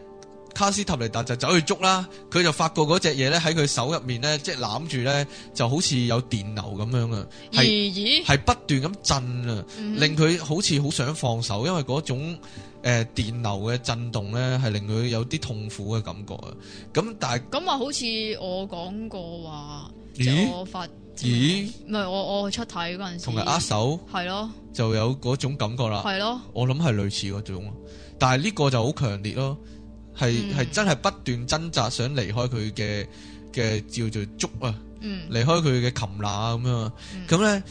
[SPEAKER 2] 卡斯塔尼達就走去捉啦，佢就發覺嗰隻嘢咧喺佢手入面咧，即係攬住咧，就好似有電流咁樣啊，係
[SPEAKER 1] 咦？
[SPEAKER 2] 係不斷咁震啊，
[SPEAKER 1] 嗯
[SPEAKER 2] 令佢好似好想放手，因為嗰種誒、呃、電流嘅震動咧，係令佢有啲痛苦嘅感覺啊。咁但係，
[SPEAKER 1] 咁啊話好似我講過話，即係
[SPEAKER 2] 咦
[SPEAKER 1] 我發
[SPEAKER 2] 咦，
[SPEAKER 1] 唔係我我出體嗰陣時，
[SPEAKER 2] 同人握手
[SPEAKER 1] 係咯
[SPEAKER 2] 就有嗰種感覺啦。
[SPEAKER 1] 係咯，
[SPEAKER 2] 我諗係類似嗰種，啊但係呢個就好強烈咯，係
[SPEAKER 1] 嗯
[SPEAKER 2] 係、真係不斷掙扎想離開佢嘅嘅叫做捉啊，
[SPEAKER 1] 嗯
[SPEAKER 2] 離開佢嘅擒拿啊咁樣啊。
[SPEAKER 1] 嗯
[SPEAKER 2] 咁咧，誒、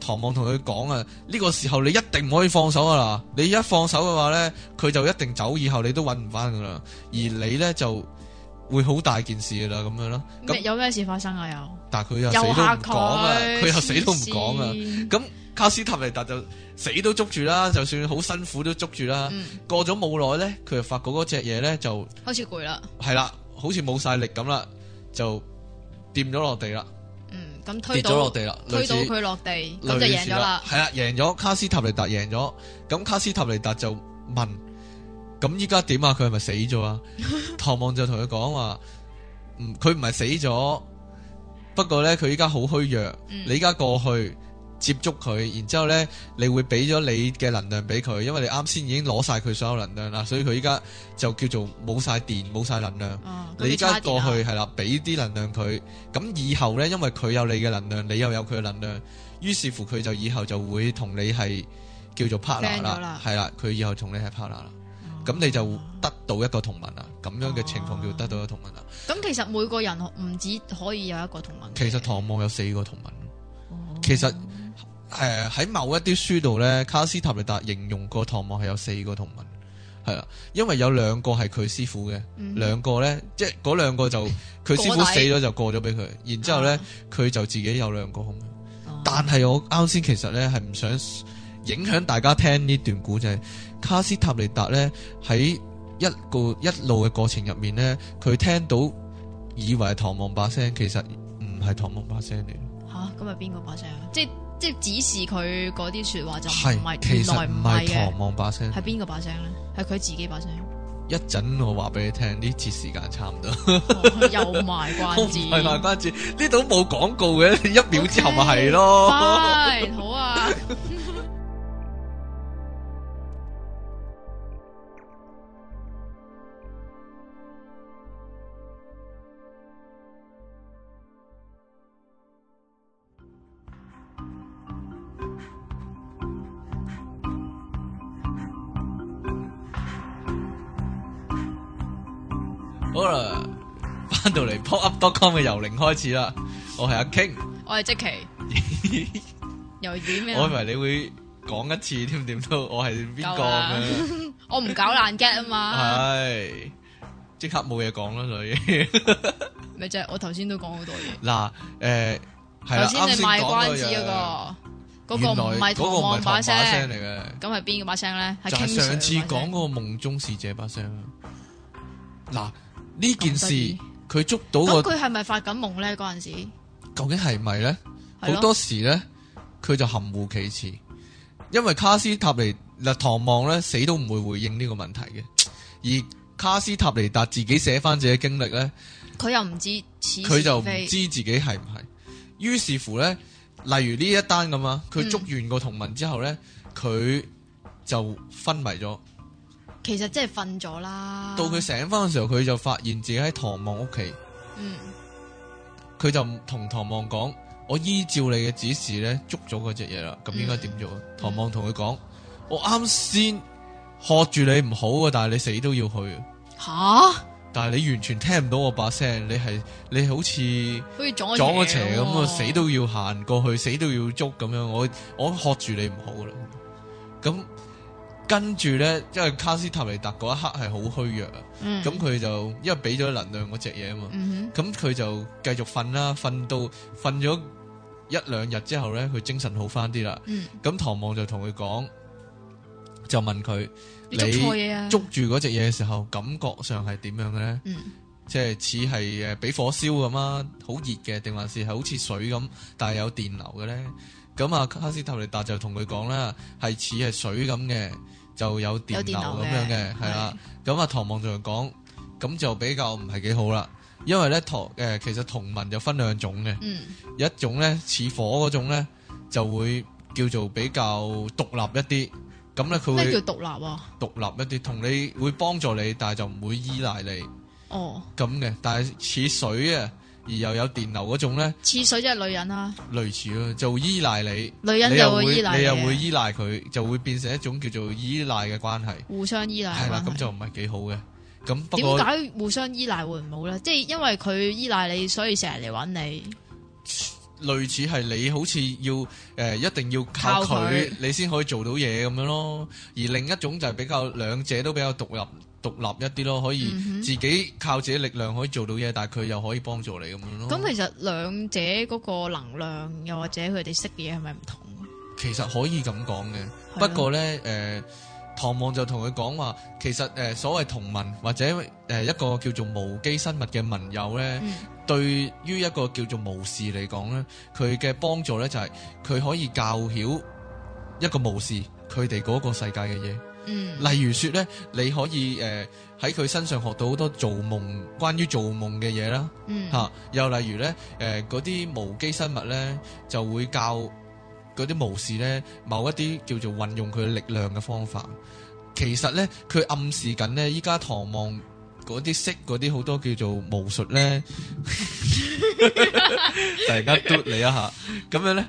[SPEAKER 2] 唐望同佢講啊，呢、個時候你一定唔可以放手啊嗱，你一放手嘅話咧，佢就一定走，以後你都揾唔翻噶啦，而你
[SPEAKER 1] 嗯
[SPEAKER 2] 咧就會好大件事噶啦咁樣啦。
[SPEAKER 1] 咩
[SPEAKER 2] 咁
[SPEAKER 1] 有咩事發生啊？又
[SPEAKER 2] 但係佢
[SPEAKER 1] 又
[SPEAKER 2] 又死都
[SPEAKER 1] 嚇
[SPEAKER 2] 唔講啊，佢又死都唔講啊。
[SPEAKER 1] 黐線
[SPEAKER 2] 咁卡斯塔尼達就死都捉住啦，就算好辛苦都捉住啦。
[SPEAKER 1] 嗯，
[SPEAKER 2] 過咗冇耐咧，佢就發覺嗰隻嘢咧就
[SPEAKER 1] 開始攰啦，
[SPEAKER 2] 係啦，好似冇晒力咁啦，就掂咗落地啦，
[SPEAKER 1] 嗯，咁推
[SPEAKER 2] 跌咗落
[SPEAKER 1] 到
[SPEAKER 2] 地啦，類
[SPEAKER 1] 推
[SPEAKER 2] 似
[SPEAKER 1] 到。佢落地，咁就
[SPEAKER 2] 類
[SPEAKER 1] 贏
[SPEAKER 2] 似
[SPEAKER 1] 咗啦。
[SPEAKER 2] 係啦，贏咗卡斯塔尼達贏咗，咁卡斯塔尼達就問：咁依家點啊？佢係咪死 咗啊？唐望就同佢講話：唔，佢唔係死咗，不過呢，佢依家好虛弱，
[SPEAKER 1] 嗯
[SPEAKER 2] 你依家過去。接觸佢，然之後呢，你會俾咗你嘅能量俾佢，因為你啱先已經攞晒佢所有能量啦，所以佢依家就叫做冇晒電、冇晒能量。
[SPEAKER 1] 啊咁
[SPEAKER 2] 你依家
[SPEAKER 1] 差啲
[SPEAKER 2] 過
[SPEAKER 1] 啦
[SPEAKER 2] 去係啦，俾啲能量佢，咁以後呢，因為佢有你嘅能量，你又有佢嘅能量，於是乎佢就以後就會同你係叫做 partner
[SPEAKER 1] friend 咗
[SPEAKER 2] 啦
[SPEAKER 1] 啦，
[SPEAKER 2] 係啦，佢以後同你係 partner 啦，
[SPEAKER 1] 啊
[SPEAKER 2] 咁你就得到一個同盟啦，咁樣嘅情況
[SPEAKER 1] 啊
[SPEAKER 2] 叫得到一個同盟啦。
[SPEAKER 1] 咁其實每個人唔止可以有一個同盟嘅，
[SPEAKER 2] 其實唐望有四個同盟，
[SPEAKER 1] 哦
[SPEAKER 2] 其實誒喺某一啲書度呢，卡斯塔尼達形容過唐望係有四個同盟，係啦，因為有兩個係佢師傅嘅，
[SPEAKER 1] 嗯
[SPEAKER 2] 兩個呢，即係嗰兩個就佢師
[SPEAKER 1] 過
[SPEAKER 2] 傅
[SPEAKER 1] 底
[SPEAKER 2] 死咗就過咗俾佢，然之後呢
[SPEAKER 1] 啊。
[SPEAKER 2] 佢就自己有兩個空。
[SPEAKER 1] 哦
[SPEAKER 2] 但係我啱先其實呢係唔想影響大家聽呢段古仔。卡斯塔尼達呢喺一個一路嘅過程入面呢，佢聽到以為係唐望把聲，其實唔係唐望把聲嚟。
[SPEAKER 1] 吓，咁係邊個把聲啊？即係即係指示佢嗰啲说話就唔
[SPEAKER 2] 係
[SPEAKER 1] 係，
[SPEAKER 2] 其
[SPEAKER 1] 原
[SPEAKER 2] 實
[SPEAKER 1] 來
[SPEAKER 2] 唔
[SPEAKER 1] 唔
[SPEAKER 2] 係
[SPEAKER 1] 係
[SPEAKER 2] 唐
[SPEAKER 1] 嘅，
[SPEAKER 2] 望把聲。
[SPEAKER 1] 係邊個把聲咧？係佢自己把 聲，
[SPEAKER 2] 一陣我話俾你聽，呢節時間差唔多，
[SPEAKER 1] 哦又賣關
[SPEAKER 2] 唔
[SPEAKER 1] 子。
[SPEAKER 2] 係賣關子。呢度冇廣告嘅，你一秒之後咪 係咯。
[SPEAKER 1] Fine，好啊。
[SPEAKER 2] 好啦，翻到嚟 pop up.com 嘅由零開始啦。我係阿 King。
[SPEAKER 1] 我係即奇， 又點咩
[SPEAKER 2] 我以
[SPEAKER 1] 啊？
[SPEAKER 2] 為你會講一次添，點都我係邊個
[SPEAKER 1] 夠啦
[SPEAKER 2] 咁樣，
[SPEAKER 1] 我唔搞爛 get 啊嘛，
[SPEAKER 2] 係即刻冇嘢講啦，所以
[SPEAKER 1] 咪就係我頭先都講好多嘢。
[SPEAKER 2] 嗱誒係啦，
[SPEAKER 1] 頭先
[SPEAKER 2] 啱
[SPEAKER 1] 你
[SPEAKER 2] 先
[SPEAKER 1] 賣
[SPEAKER 2] 講
[SPEAKER 1] 關子
[SPEAKER 2] 嗰
[SPEAKER 1] 嗰個，
[SPEAKER 2] 個
[SPEAKER 1] 嗰個唔係
[SPEAKER 2] 嗰個
[SPEAKER 1] 唐
[SPEAKER 2] 唔係
[SPEAKER 1] 望
[SPEAKER 2] 唐把
[SPEAKER 1] 把
[SPEAKER 2] 聲
[SPEAKER 1] 聲，
[SPEAKER 2] 嚟
[SPEAKER 1] 咁
[SPEAKER 2] 嘅，
[SPEAKER 1] 係邊個把聲咧？係
[SPEAKER 2] 就係
[SPEAKER 1] King
[SPEAKER 2] 上次
[SPEAKER 1] Sir 把
[SPEAKER 2] 講
[SPEAKER 1] 聲
[SPEAKER 2] 嗰個夢中使者把聲啊。嗱呢件
[SPEAKER 1] 咁
[SPEAKER 2] 事
[SPEAKER 1] 得意
[SPEAKER 2] 佢捉到
[SPEAKER 1] 咁
[SPEAKER 2] 個
[SPEAKER 1] 佢係咪發緊夢咧？嗰陣時
[SPEAKER 2] 究竟係咪咧？
[SPEAKER 1] 係
[SPEAKER 2] 好
[SPEAKER 1] 咯
[SPEAKER 2] 多時咧，佢就含糊其辭，因為卡斯塔尼嗱唐望咧死都唔會回應呢個問題嘅，而卡斯塔尼達自己寫翻自己嘅經歷咧，
[SPEAKER 1] 佢又唔知此
[SPEAKER 2] 佢就唔
[SPEAKER 1] 非
[SPEAKER 2] 知自己係唔係，於是乎咧，例如呢一單咁啊，佢
[SPEAKER 1] 嗯
[SPEAKER 2] 捉完個同盟之後咧，佢就昏迷咗，
[SPEAKER 1] 其實即係瞓咗啦。
[SPEAKER 2] 到佢醒翻嘅時候，佢就發現自己喺唐望屋企，
[SPEAKER 1] 嗯
[SPEAKER 2] 佢就同唐望講：我依照你嘅指示咧，捉咗嗰只嘢啦，咁應該點做啊？唐望同佢講：我啱先喝住你唔好啊，但係你死都要去啊，
[SPEAKER 1] 吓，好
[SPEAKER 2] 但係你完全聽唔到我把聲，你係你好似。
[SPEAKER 1] 似撞
[SPEAKER 2] 撞
[SPEAKER 1] 個
[SPEAKER 2] 個邪咁啊，死都要行過去，死都要捉咁樣。我我喝住你唔好啦。咁跟住咧，因為卡斯塔尼達嗰一刻係好虛弱啊，
[SPEAKER 1] 嗯
[SPEAKER 2] 咁佢、就因為俾咗能量嗰只嘢啊嘛，
[SPEAKER 1] 嗯
[SPEAKER 2] 咁佢就繼續瞓啦，瞓到瞓咗一兩日之後咧，佢精神好翻啲啦
[SPEAKER 1] 哼。嗯，
[SPEAKER 2] 咁唐望就同佢講，就問佢
[SPEAKER 1] 你捉錯嘢啊，
[SPEAKER 2] 捉住嗰隻嘢嘅時候，感覺上係點樣嘅咧？
[SPEAKER 1] 嗯
[SPEAKER 2] 即係似係誒呃俾火燒咁啊，好熱嘅，定還是係好似水咁，但係有電流嘅咧？咁啊，卡斯塔尼達就同佢講啦，係似係水咁嘅，就有電
[SPEAKER 1] 有電
[SPEAKER 2] 流
[SPEAKER 1] 流
[SPEAKER 2] 咁樣嘅，係啦。咁啊，唐望就講，咁就比較唔係幾好啦，因為咧唐誒其實同文就分兩種嘅，
[SPEAKER 1] 嗯
[SPEAKER 2] 一種咧似火嗰種咧就會叫做比較獨立一啲，咁咧佢
[SPEAKER 1] 咩
[SPEAKER 2] 會
[SPEAKER 1] 叫獨立啊？
[SPEAKER 2] 獨立一啲，同你會幫助你，但係就唔會依賴你。
[SPEAKER 1] 哦，
[SPEAKER 2] 咁嘅，但係似水啊，而又有電流嗰種咧，
[SPEAKER 1] 似水即係女人啦，
[SPEAKER 2] 類似咯，就依賴你，
[SPEAKER 1] 女人
[SPEAKER 2] 你
[SPEAKER 1] 就
[SPEAKER 2] 又
[SPEAKER 1] 會
[SPEAKER 2] 會
[SPEAKER 1] 依賴
[SPEAKER 2] 你又
[SPEAKER 1] 嘅
[SPEAKER 2] 會依賴佢，就會變成一種叫做依賴嘅關係，
[SPEAKER 1] 互相依賴啊
[SPEAKER 2] 係啦，
[SPEAKER 1] 關係
[SPEAKER 2] 咁就唔係幾好嘅。咁不
[SPEAKER 1] 點
[SPEAKER 2] 過
[SPEAKER 1] 解互相依賴會唔好咧？即係因為佢依賴你，所以成日嚟揾你。
[SPEAKER 2] 類似係你好似要誒、呃一定要靠
[SPEAKER 1] 靠佢
[SPEAKER 2] 佢，你先可以做到嘢咁樣咯。而另一種就係比較兩者都比較獨立獨立一啲咯，可以
[SPEAKER 1] 嗯哼
[SPEAKER 2] 自己靠自己力量可以做到嘢，但係佢又可以幫助你咁樣咯。
[SPEAKER 1] 咁其實兩者嗰個能量，又或者佢哋識嘅嘢係咪唔同？
[SPEAKER 2] 其實可以咁講嘅，
[SPEAKER 1] 係啊咯
[SPEAKER 2] 不過呢，誒、唐望就同佢講話，其實誒、呃所謂同文或者誒、呃一個叫做無機生物嘅文友呢，
[SPEAKER 1] 嗯
[SPEAKER 2] 對於一個叫做巫士嚟講呢，佢嘅幫助呢，就係、佢可以教曉一個巫士佢哋嗰個世界嘅嘢。
[SPEAKER 1] 嗯
[SPEAKER 2] 例如說呢，你可以誒喺佢身上學到好多做夢，關於做夢嘅嘢啦。
[SPEAKER 1] 嗯
[SPEAKER 2] 吓、啊又例如咧，誒嗰啲無機生物咧，就會教嗰啲巫士咧某一啲叫做運用佢力量嘅方法。其實咧，佢暗示緊咧，依家唐望嗰啲識嗰啲好多叫做巫術咧， 突然間嘟你一下，咁樣咧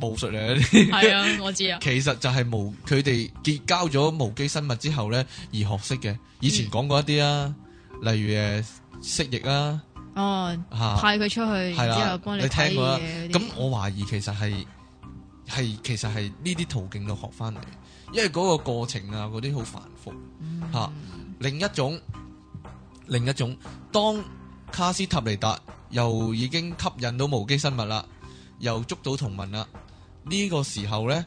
[SPEAKER 2] 巫術嚟嘅。
[SPEAKER 1] 係啊，我知啊，
[SPEAKER 2] 其實就係無佢哋結交咗無機生物之後咧而學識嘅。以前講過一啲啊，例如誒蜥蜴啊，
[SPEAKER 1] 哦，
[SPEAKER 2] 嚇、
[SPEAKER 1] 派佢出去，
[SPEAKER 2] 係
[SPEAKER 1] 然
[SPEAKER 2] 啦
[SPEAKER 1] 之後幫
[SPEAKER 2] 啊你
[SPEAKER 1] 睇
[SPEAKER 2] 聽過啦
[SPEAKER 1] 嘢嗰啲
[SPEAKER 2] 咁我懷疑其實係係其實係呢啲途徑度學翻嚟，因為嗰個過程啊嗰啲好繁複。
[SPEAKER 1] 嗯
[SPEAKER 2] 嚇另一種，另一種，當卡斯塔尼達又已經吸引到無機生物啦，又捉到同盟啦，呢、個時候呢，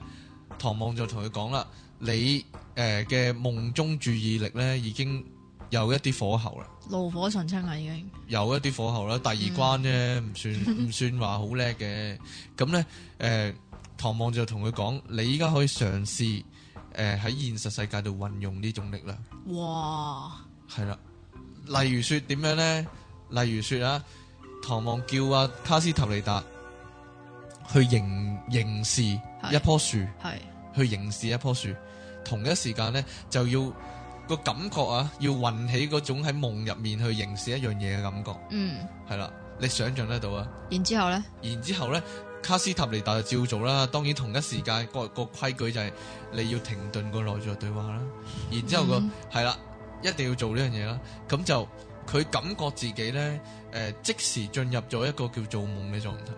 [SPEAKER 2] 唐望就同佢講啦：你誒嘅夢中注意力呢，已經有一啲火候啦。
[SPEAKER 1] 怒火純青啊，已經
[SPEAKER 2] 有一啲火候啦，第二關啫，唔算唔算話好叻嘅。咁呢，誒、唐望就同佢講：你依家可以嘗試誒喺、現實世界度運用呢種力量，
[SPEAKER 1] 哇，
[SPEAKER 2] 係啦。例如說點樣呢？例如說啊，唐望叫阿卡斯塔尼達去凝凝視一棵樹，
[SPEAKER 1] 係
[SPEAKER 2] 去凝視一棵樹。同一時間呢，就要個感覺啊，要運起嗰種喺夢入面去凝視一樣嘢嘅感覺。
[SPEAKER 1] 嗯，
[SPEAKER 2] 係啦，你想象得到啊。
[SPEAKER 1] 然之後咧，
[SPEAKER 2] 然之後呢，卡斯塔尼達就照做啦。當然同一時間個個規矩就係你要停頓個內在對話啦。然之後個
[SPEAKER 1] 嗯
[SPEAKER 2] 係啦，一定要做呢樣嘢啦。咁就佢感覺自己呢，誒、即時進入咗一個叫做夢嘅狀態。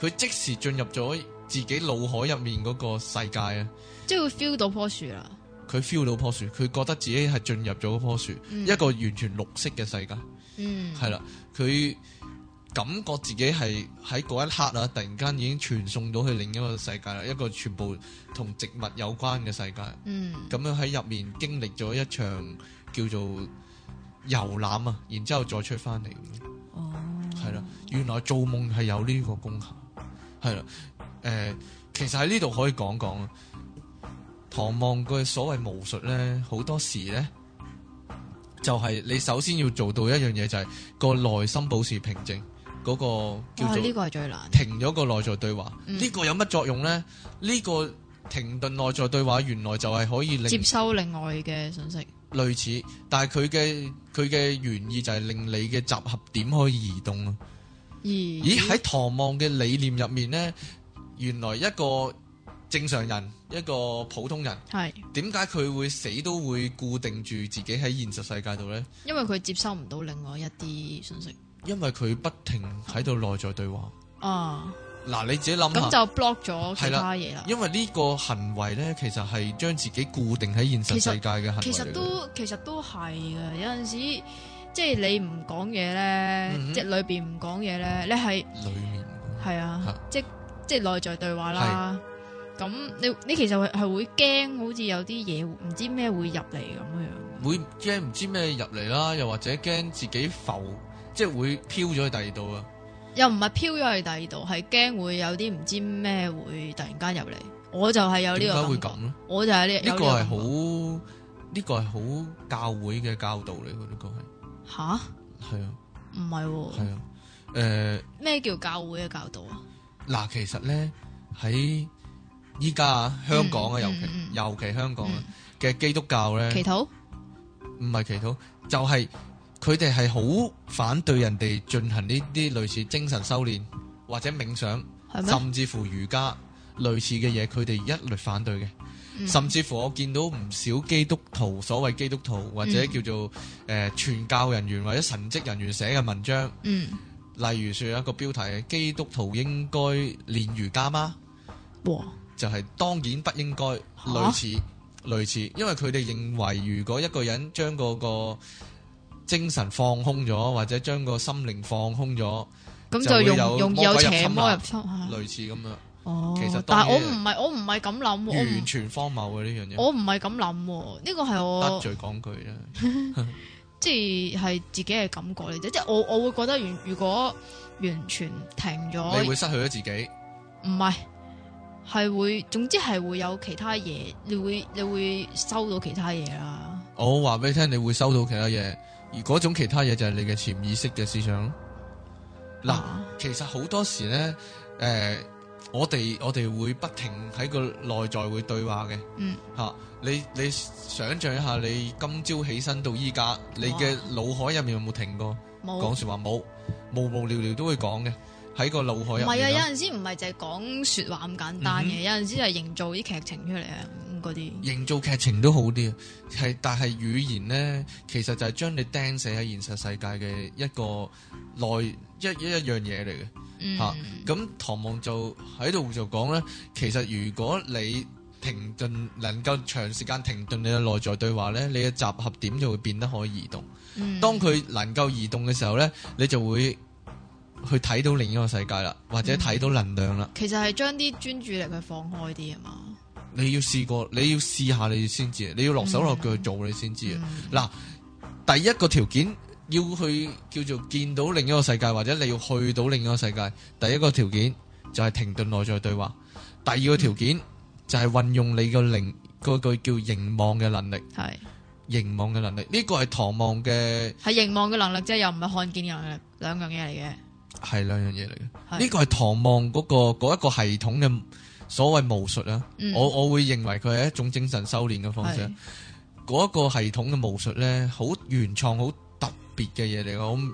[SPEAKER 2] 佢即時進入咗自己腦海入面嗰個世界啊！
[SPEAKER 1] 即係會 feel 到棵樹啦，
[SPEAKER 2] 佢 feel 到棵樹，佢覺得自己係進入咗嗰棵樹，
[SPEAKER 1] 嗯
[SPEAKER 2] 一個完全綠色嘅世界。
[SPEAKER 1] 嗯，
[SPEAKER 2] 係啦，佢感覺自己係喺嗰一刻啊，突然間已經傳送到去另一個世界啦，一個全部同植物有關嘅世界。
[SPEAKER 1] 嗯，
[SPEAKER 2] 咁樣喺入面經歷咗一場叫做遊覽啊，然之後再出翻嚟咁樣，
[SPEAKER 1] 哦，
[SPEAKER 2] 係啦。原來做夢係有呢個功效，係啦。誒、其實喺呢度可以講講啊，唐望嘅所謂巫術咧，好多時咧。就係你首先要做到一樣嘢，就係、個內心保持平靜，嗰、個叫
[SPEAKER 1] 哇，
[SPEAKER 2] 做
[SPEAKER 1] 哦呢個係最難，
[SPEAKER 2] 停咗個內在對話。呢、
[SPEAKER 1] 嗯
[SPEAKER 2] 個有乜作用呢？呢、個停頓內在對話原來就係可以
[SPEAKER 1] 接
[SPEAKER 2] 令
[SPEAKER 1] 收另外嘅信息，
[SPEAKER 2] 類似，但係佢嘅佢嘅原意就係令你嘅集合點可以移動啊。
[SPEAKER 1] 咦
[SPEAKER 2] 咦喺唐望嘅理念入面呢，原來一個正常人，一個普通人，
[SPEAKER 1] 係
[SPEAKER 2] 點解佢會死都會固定住自己喺現實世界度呢？
[SPEAKER 1] 因為佢接收唔到另外一啲信息
[SPEAKER 2] 因為佢不停喺度內在對話。
[SPEAKER 1] 啊，
[SPEAKER 2] 嗱，你自己諗
[SPEAKER 1] 咁
[SPEAKER 2] 下，
[SPEAKER 1] 就 block 咗其他嘢啦。
[SPEAKER 2] 因為啊呢個行為呢，其實係將自己固定喺現實世界嘅行為
[SPEAKER 1] 其
[SPEAKER 2] 嚟
[SPEAKER 1] 實
[SPEAKER 2] 嘅
[SPEAKER 1] 都其實都係嘅，有陣時即係你唔講嘢咧，
[SPEAKER 2] 嗯哼
[SPEAKER 1] 即係裏邊唔講嘢咧，你係
[SPEAKER 2] 裡面。
[SPEAKER 1] 係
[SPEAKER 2] 嚇
[SPEAKER 1] 啊，即即係內在對話啦。咁你你其實係係會驚，好似有啲嘢唔知咩會入嚟咁樣。
[SPEAKER 2] 會驚唔知咩入嚟啦，又或者驚自己浮，即係會飄咗去第二度啊！
[SPEAKER 1] 又唔係飄咗去第二度，係驚會有啲唔知咩會突然間入嚟。我就係有呢
[SPEAKER 2] 點解
[SPEAKER 1] 個
[SPEAKER 2] 會
[SPEAKER 1] 感
[SPEAKER 2] 咁
[SPEAKER 1] 覺，
[SPEAKER 2] 呢？
[SPEAKER 1] 我就係呢
[SPEAKER 2] 呢
[SPEAKER 1] 有
[SPEAKER 2] 個
[SPEAKER 1] 個
[SPEAKER 2] 係
[SPEAKER 1] 感覺
[SPEAKER 2] 好，呢個係好教會嘅教導嚟嘅，呢個係
[SPEAKER 1] 吓，
[SPEAKER 2] 係啊
[SPEAKER 1] 唔係喎
[SPEAKER 2] 係啊，誒
[SPEAKER 1] 咩叫教會嘅教導啊？
[SPEAKER 2] 嗱，其實咧喺依家啊香港啊，
[SPEAKER 1] 嗯
[SPEAKER 2] 尤
[SPEAKER 1] 嗯嗯
[SPEAKER 2] 其尤其香港啊嘅基督教咧，
[SPEAKER 1] 祈禱
[SPEAKER 2] 唔係祈禱，就係佢哋係好反對人哋進行呢啲類似精神修煉或者冥想。
[SPEAKER 1] 係咩？
[SPEAKER 2] 甚至乎瑜伽類似嘅嘢，佢哋一律反對嘅。
[SPEAKER 1] 嗯
[SPEAKER 2] 甚至乎我見到唔少基督徒，所謂基督徒或者
[SPEAKER 1] 嗯
[SPEAKER 2] 叫做誒、呃、傳教人員或者神職人員寫嘅文章，
[SPEAKER 1] 嗯，
[SPEAKER 2] 例如説有一個標題係基督徒應該練瑜伽嗎？
[SPEAKER 1] 哇，
[SPEAKER 2] 就係、當然不應該，
[SPEAKER 1] 嚇
[SPEAKER 2] 類似類似，因為佢哋認為如果一個人將嗰個精神放空咗，或者將個心靈放空咗，
[SPEAKER 1] 咁
[SPEAKER 2] 就會
[SPEAKER 1] 容
[SPEAKER 2] 有
[SPEAKER 1] 容易
[SPEAKER 2] 魔
[SPEAKER 1] 有
[SPEAKER 2] 鬼入
[SPEAKER 1] 邪
[SPEAKER 2] 侵
[SPEAKER 1] 魔
[SPEAKER 2] 啦
[SPEAKER 1] 入侵啊
[SPEAKER 2] 類似咁樣，
[SPEAKER 1] 哦
[SPEAKER 2] 其實，當
[SPEAKER 1] 但係我
[SPEAKER 2] 然
[SPEAKER 1] 唔係我唔係咁諗喎，我唔
[SPEAKER 2] 完全荒謬嘅呢樣嘢。
[SPEAKER 1] 我唔係咁諗喎，呢個係
[SPEAKER 2] 得
[SPEAKER 1] 我
[SPEAKER 2] 罪講句啦，
[SPEAKER 1] 即係係自己嘅感覺嚟啫，即係我我會覺得完如果完全停咗
[SPEAKER 2] 你會失去咗自己。
[SPEAKER 1] 唔係，係會，總之係會有其他嘢，你會你會收到其他嘢啦。
[SPEAKER 2] 我話俾你聽，你會收到其他嘢，而嗰種其他嘢就係你嘅潛意識嘅思想咯。嗱，
[SPEAKER 1] 啊
[SPEAKER 2] 其實好多時呢，誒、我哋我哋會不停喺個內在會對話嘅。
[SPEAKER 1] 嗯，
[SPEAKER 2] 吓、你你想象一下，你今朝起身到依家，你嘅腦海入面有冇停過講
[SPEAKER 1] 冇，
[SPEAKER 2] 說話？冇，無無聊聊都會講嘅，喺個腦海
[SPEAKER 1] 唔
[SPEAKER 2] 入面啦。
[SPEAKER 1] 係啊，有陣時唔係淨係講說話咁簡單
[SPEAKER 2] 嗯
[SPEAKER 1] 嘅，有陣時係營造啲劇情出嚟啊，咁嗰啲。
[SPEAKER 2] 營造劇情都好啲啊，係但係語言呢，其實就係將你釘死喺現實世界嘅一個內一一一樣嘢嚟嘅。
[SPEAKER 1] 嗯，
[SPEAKER 2] 嚇咁唐望就喺度就講呢，其實如果你停頓能夠長時間停頓你嘅內在對話呢，你嘅集合點就會變得可以移動。
[SPEAKER 1] 嗯
[SPEAKER 2] 當佢能夠移動嘅時候呢，你就會去睇到另一個世界啦，或者睇到能量啦。
[SPEAKER 1] 其實係將啲專注力去放開啲啊嘛。
[SPEAKER 2] 你要試過，你要試下你先知，啊你要落手落腳去做你先知啊。
[SPEAKER 1] 嗯
[SPEAKER 2] 嗱，第一個條件要去叫做見到另一個世界，或者你要去到另一個世界。第一個條件就係停頓內在對話，第二個條件就係運用你個靈嗰句叫凝望嘅能力，
[SPEAKER 1] 係
[SPEAKER 2] 凝望嘅能力呢個係唐望嘅
[SPEAKER 1] 係凝望嘅能力啫，又唔係看見嘅能力，兩樣嘢嚟嘅。
[SPEAKER 2] 係兩樣嘢嚟嘅。
[SPEAKER 1] 係
[SPEAKER 2] 呢個係唐望嗰、個嗰一個系統嘅所謂巫術啊，
[SPEAKER 1] 嗯
[SPEAKER 2] 我我會認為佢係一種精神修煉嘅方式啊。
[SPEAKER 1] 係
[SPEAKER 2] 嗰一個系統嘅巫術呢，好原創、好特別嘅嘢嚟嘅。我唔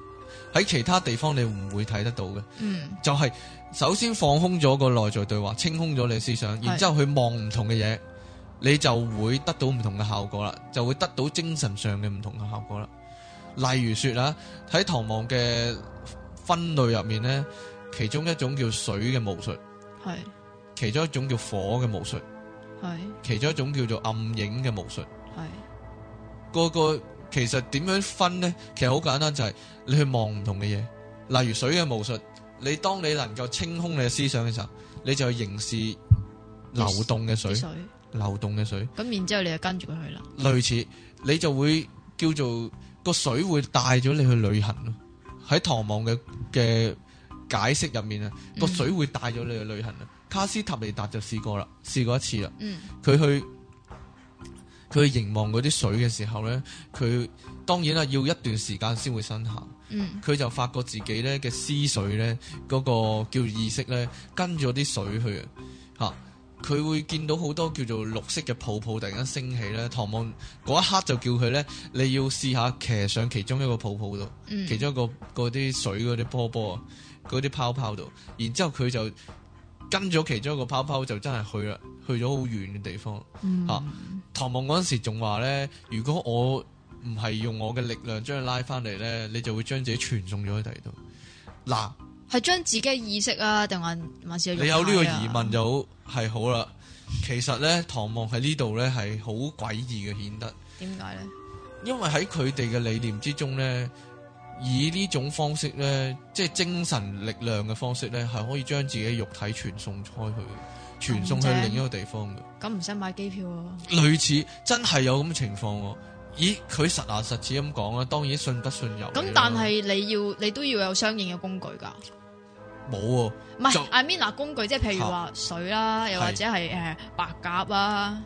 [SPEAKER 2] 喺其他地方你唔會睇得到嘅，
[SPEAKER 1] 嗯
[SPEAKER 2] 就係、首先放空咗個內在對話，清空咗你思想，
[SPEAKER 1] 係
[SPEAKER 2] 然之後去望唔同嘅嘢，你就會得到唔同嘅效果啦，就會得到精神上嘅唔同嘅效果啦。例如說啦，喺唐望嘅分類入面呢，其中一種叫水嘅巫術，
[SPEAKER 1] 係
[SPEAKER 2] 其中一種叫火嘅巫術，
[SPEAKER 1] 係
[SPEAKER 2] 其中一種叫做暗影嘅巫術。
[SPEAKER 1] 係
[SPEAKER 2] 個個其實點樣分呢？其實好簡單，就係、你去望唔同嘅嘢，例如水嘅巫術。你當你能夠清空你嘅思想嘅時候，你就去凝視流動嘅水
[SPEAKER 1] 啲，水。
[SPEAKER 2] 流動嘅水，
[SPEAKER 1] 咁然之後你就跟住佢去啦。
[SPEAKER 2] 類似你就會叫做個水會帶咗你去旅行咯。喺唐望嘅嘅解釋入面啊，個
[SPEAKER 1] 嗯
[SPEAKER 2] 水會帶咗你去旅行啊。卡斯塔尼達就試過啦，試過一次啦。
[SPEAKER 1] 嗯
[SPEAKER 2] 佢去佢去凝望嗰啲水嘅時候呢，佢當然啦，要一段時間先會生效。
[SPEAKER 1] 嗯
[SPEAKER 2] 佢就發覺自己呢嘅思緒呢，嗰、個叫意識呢，跟咗啲水去啊，佢會見到好多叫做綠色嘅泡泡突然間升起咧。唐望嗰一刻就叫佢咧，你要試下騎上其中一個泡泡度，
[SPEAKER 1] 嗯
[SPEAKER 2] 其中一個嗰啲水嗰啲波波啊，嗰啲泡泡度，然之後佢就跟咗其中一個泡泡就真係去啦，去咗好遠嘅地方。
[SPEAKER 1] 嗯
[SPEAKER 2] 啊唐望嗰陣時仲話咧，如果我唔係用我嘅力量將佢拉翻嚟咧，你就會將自己傳送咗去第二度。嗱，
[SPEAKER 1] 係將自己嘅意識啊，定還還是
[SPEAKER 2] 你有呢
[SPEAKER 1] 個
[SPEAKER 2] 個疑問就好係好啦。其實咧，唐望喺呢度咧係好詭異嘅顯得，
[SPEAKER 1] 點解咧？
[SPEAKER 2] 因為喺佢哋嘅理念之中咧，以呢種方式咧，即係精神力量嘅方式咧，係可以將自己肉體傳送開去嘅，傳送去
[SPEAKER 1] 咁正
[SPEAKER 2] 另一個地方嘅。
[SPEAKER 1] 咁唔使買機票啊？
[SPEAKER 2] 類似真係有咁嘅情況喎。咦，佢實牙實齒咁講啦，當然信不信由你啦。
[SPEAKER 1] 咁但係你要你都要有相應嘅工具㗎。
[SPEAKER 2] 冇喎，
[SPEAKER 1] 唔
[SPEAKER 2] 就
[SPEAKER 1] 係，I mean 嗱，工具即係譬如話水啦，又或者係誒白鴿啦，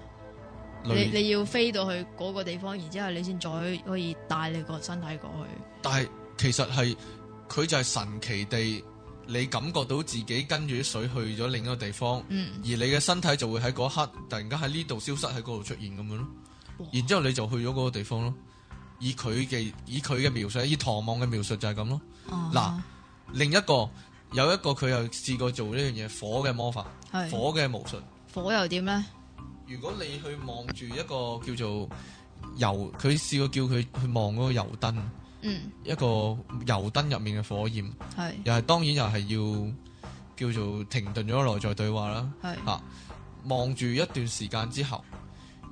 [SPEAKER 1] 你
[SPEAKER 2] 類
[SPEAKER 1] 你要飛到去嗰個地方，然之後你先再可以帶你個身體過去。
[SPEAKER 2] 但係其實係佢就係神奇地，你感覺到自己跟住啲水去咗另一個地方，
[SPEAKER 1] 嗯
[SPEAKER 2] 而，你嘅身體就會喺嗰一刻突然間喺呢度消失喺嗰度出現咁樣咯
[SPEAKER 1] 哇。
[SPEAKER 2] 然之後你就去咗嗰個地方咯。以佢嘅以佢嘅描述，以唐望嘅描述就係咁咯。
[SPEAKER 1] 啊
[SPEAKER 2] 嗱另一個有一個佢又試過做呢樣嘢，火嘅魔法，
[SPEAKER 1] 係
[SPEAKER 2] 火嘅巫術。
[SPEAKER 1] 火又點咧？
[SPEAKER 2] 如果你去望住一個叫做油，佢試過叫佢去望嗰個油燈，
[SPEAKER 1] 嗯，
[SPEAKER 2] 一個油燈入面嘅火焰，
[SPEAKER 1] 係
[SPEAKER 2] 又係當然又係要叫做停頓咗內在對話啦。
[SPEAKER 1] 係
[SPEAKER 2] 嚇、望住一段時間之後，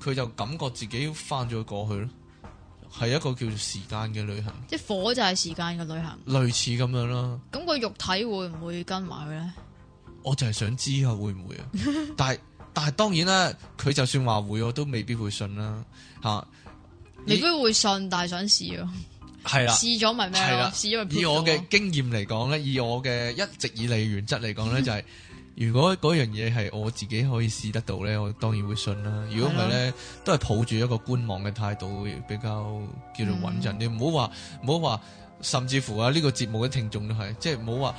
[SPEAKER 2] 佢就感覺自己翻咗過去咯，係一個叫做時間嘅旅行，
[SPEAKER 1] 即係火就係時間嘅旅行。
[SPEAKER 2] 類似咁樣啦。
[SPEAKER 1] 咁個肉體會唔會跟埋佢咧？
[SPEAKER 2] 我就係想知啊，會唔會啊？但係但係當然啦，佢就算話會，我都未必會信啦。嚇、
[SPEAKER 1] 未必會信，但係想試咯。
[SPEAKER 2] 係啦。
[SPEAKER 1] 試咗咪咩
[SPEAKER 2] 係
[SPEAKER 1] 咯
[SPEAKER 2] 啦？
[SPEAKER 1] 試咗咪 prove
[SPEAKER 2] 以我
[SPEAKER 1] 咗
[SPEAKER 2] 嘅
[SPEAKER 1] 咯
[SPEAKER 2] 經驗嚟講咧，以我嘅一直以嚟原則嚟
[SPEAKER 1] 嗯
[SPEAKER 2] 講咧，就係如果嗰樣嘢係我自己可以試得到咧，我當然會信啦。如果唔係
[SPEAKER 1] 啊
[SPEAKER 2] 咧，都係抱住一個觀望嘅態度，會比較叫做穩陣
[SPEAKER 1] 嗯
[SPEAKER 2] 啲。唔好話唔好話，甚至乎啊呢個節目嘅聽眾都係，即係唔好話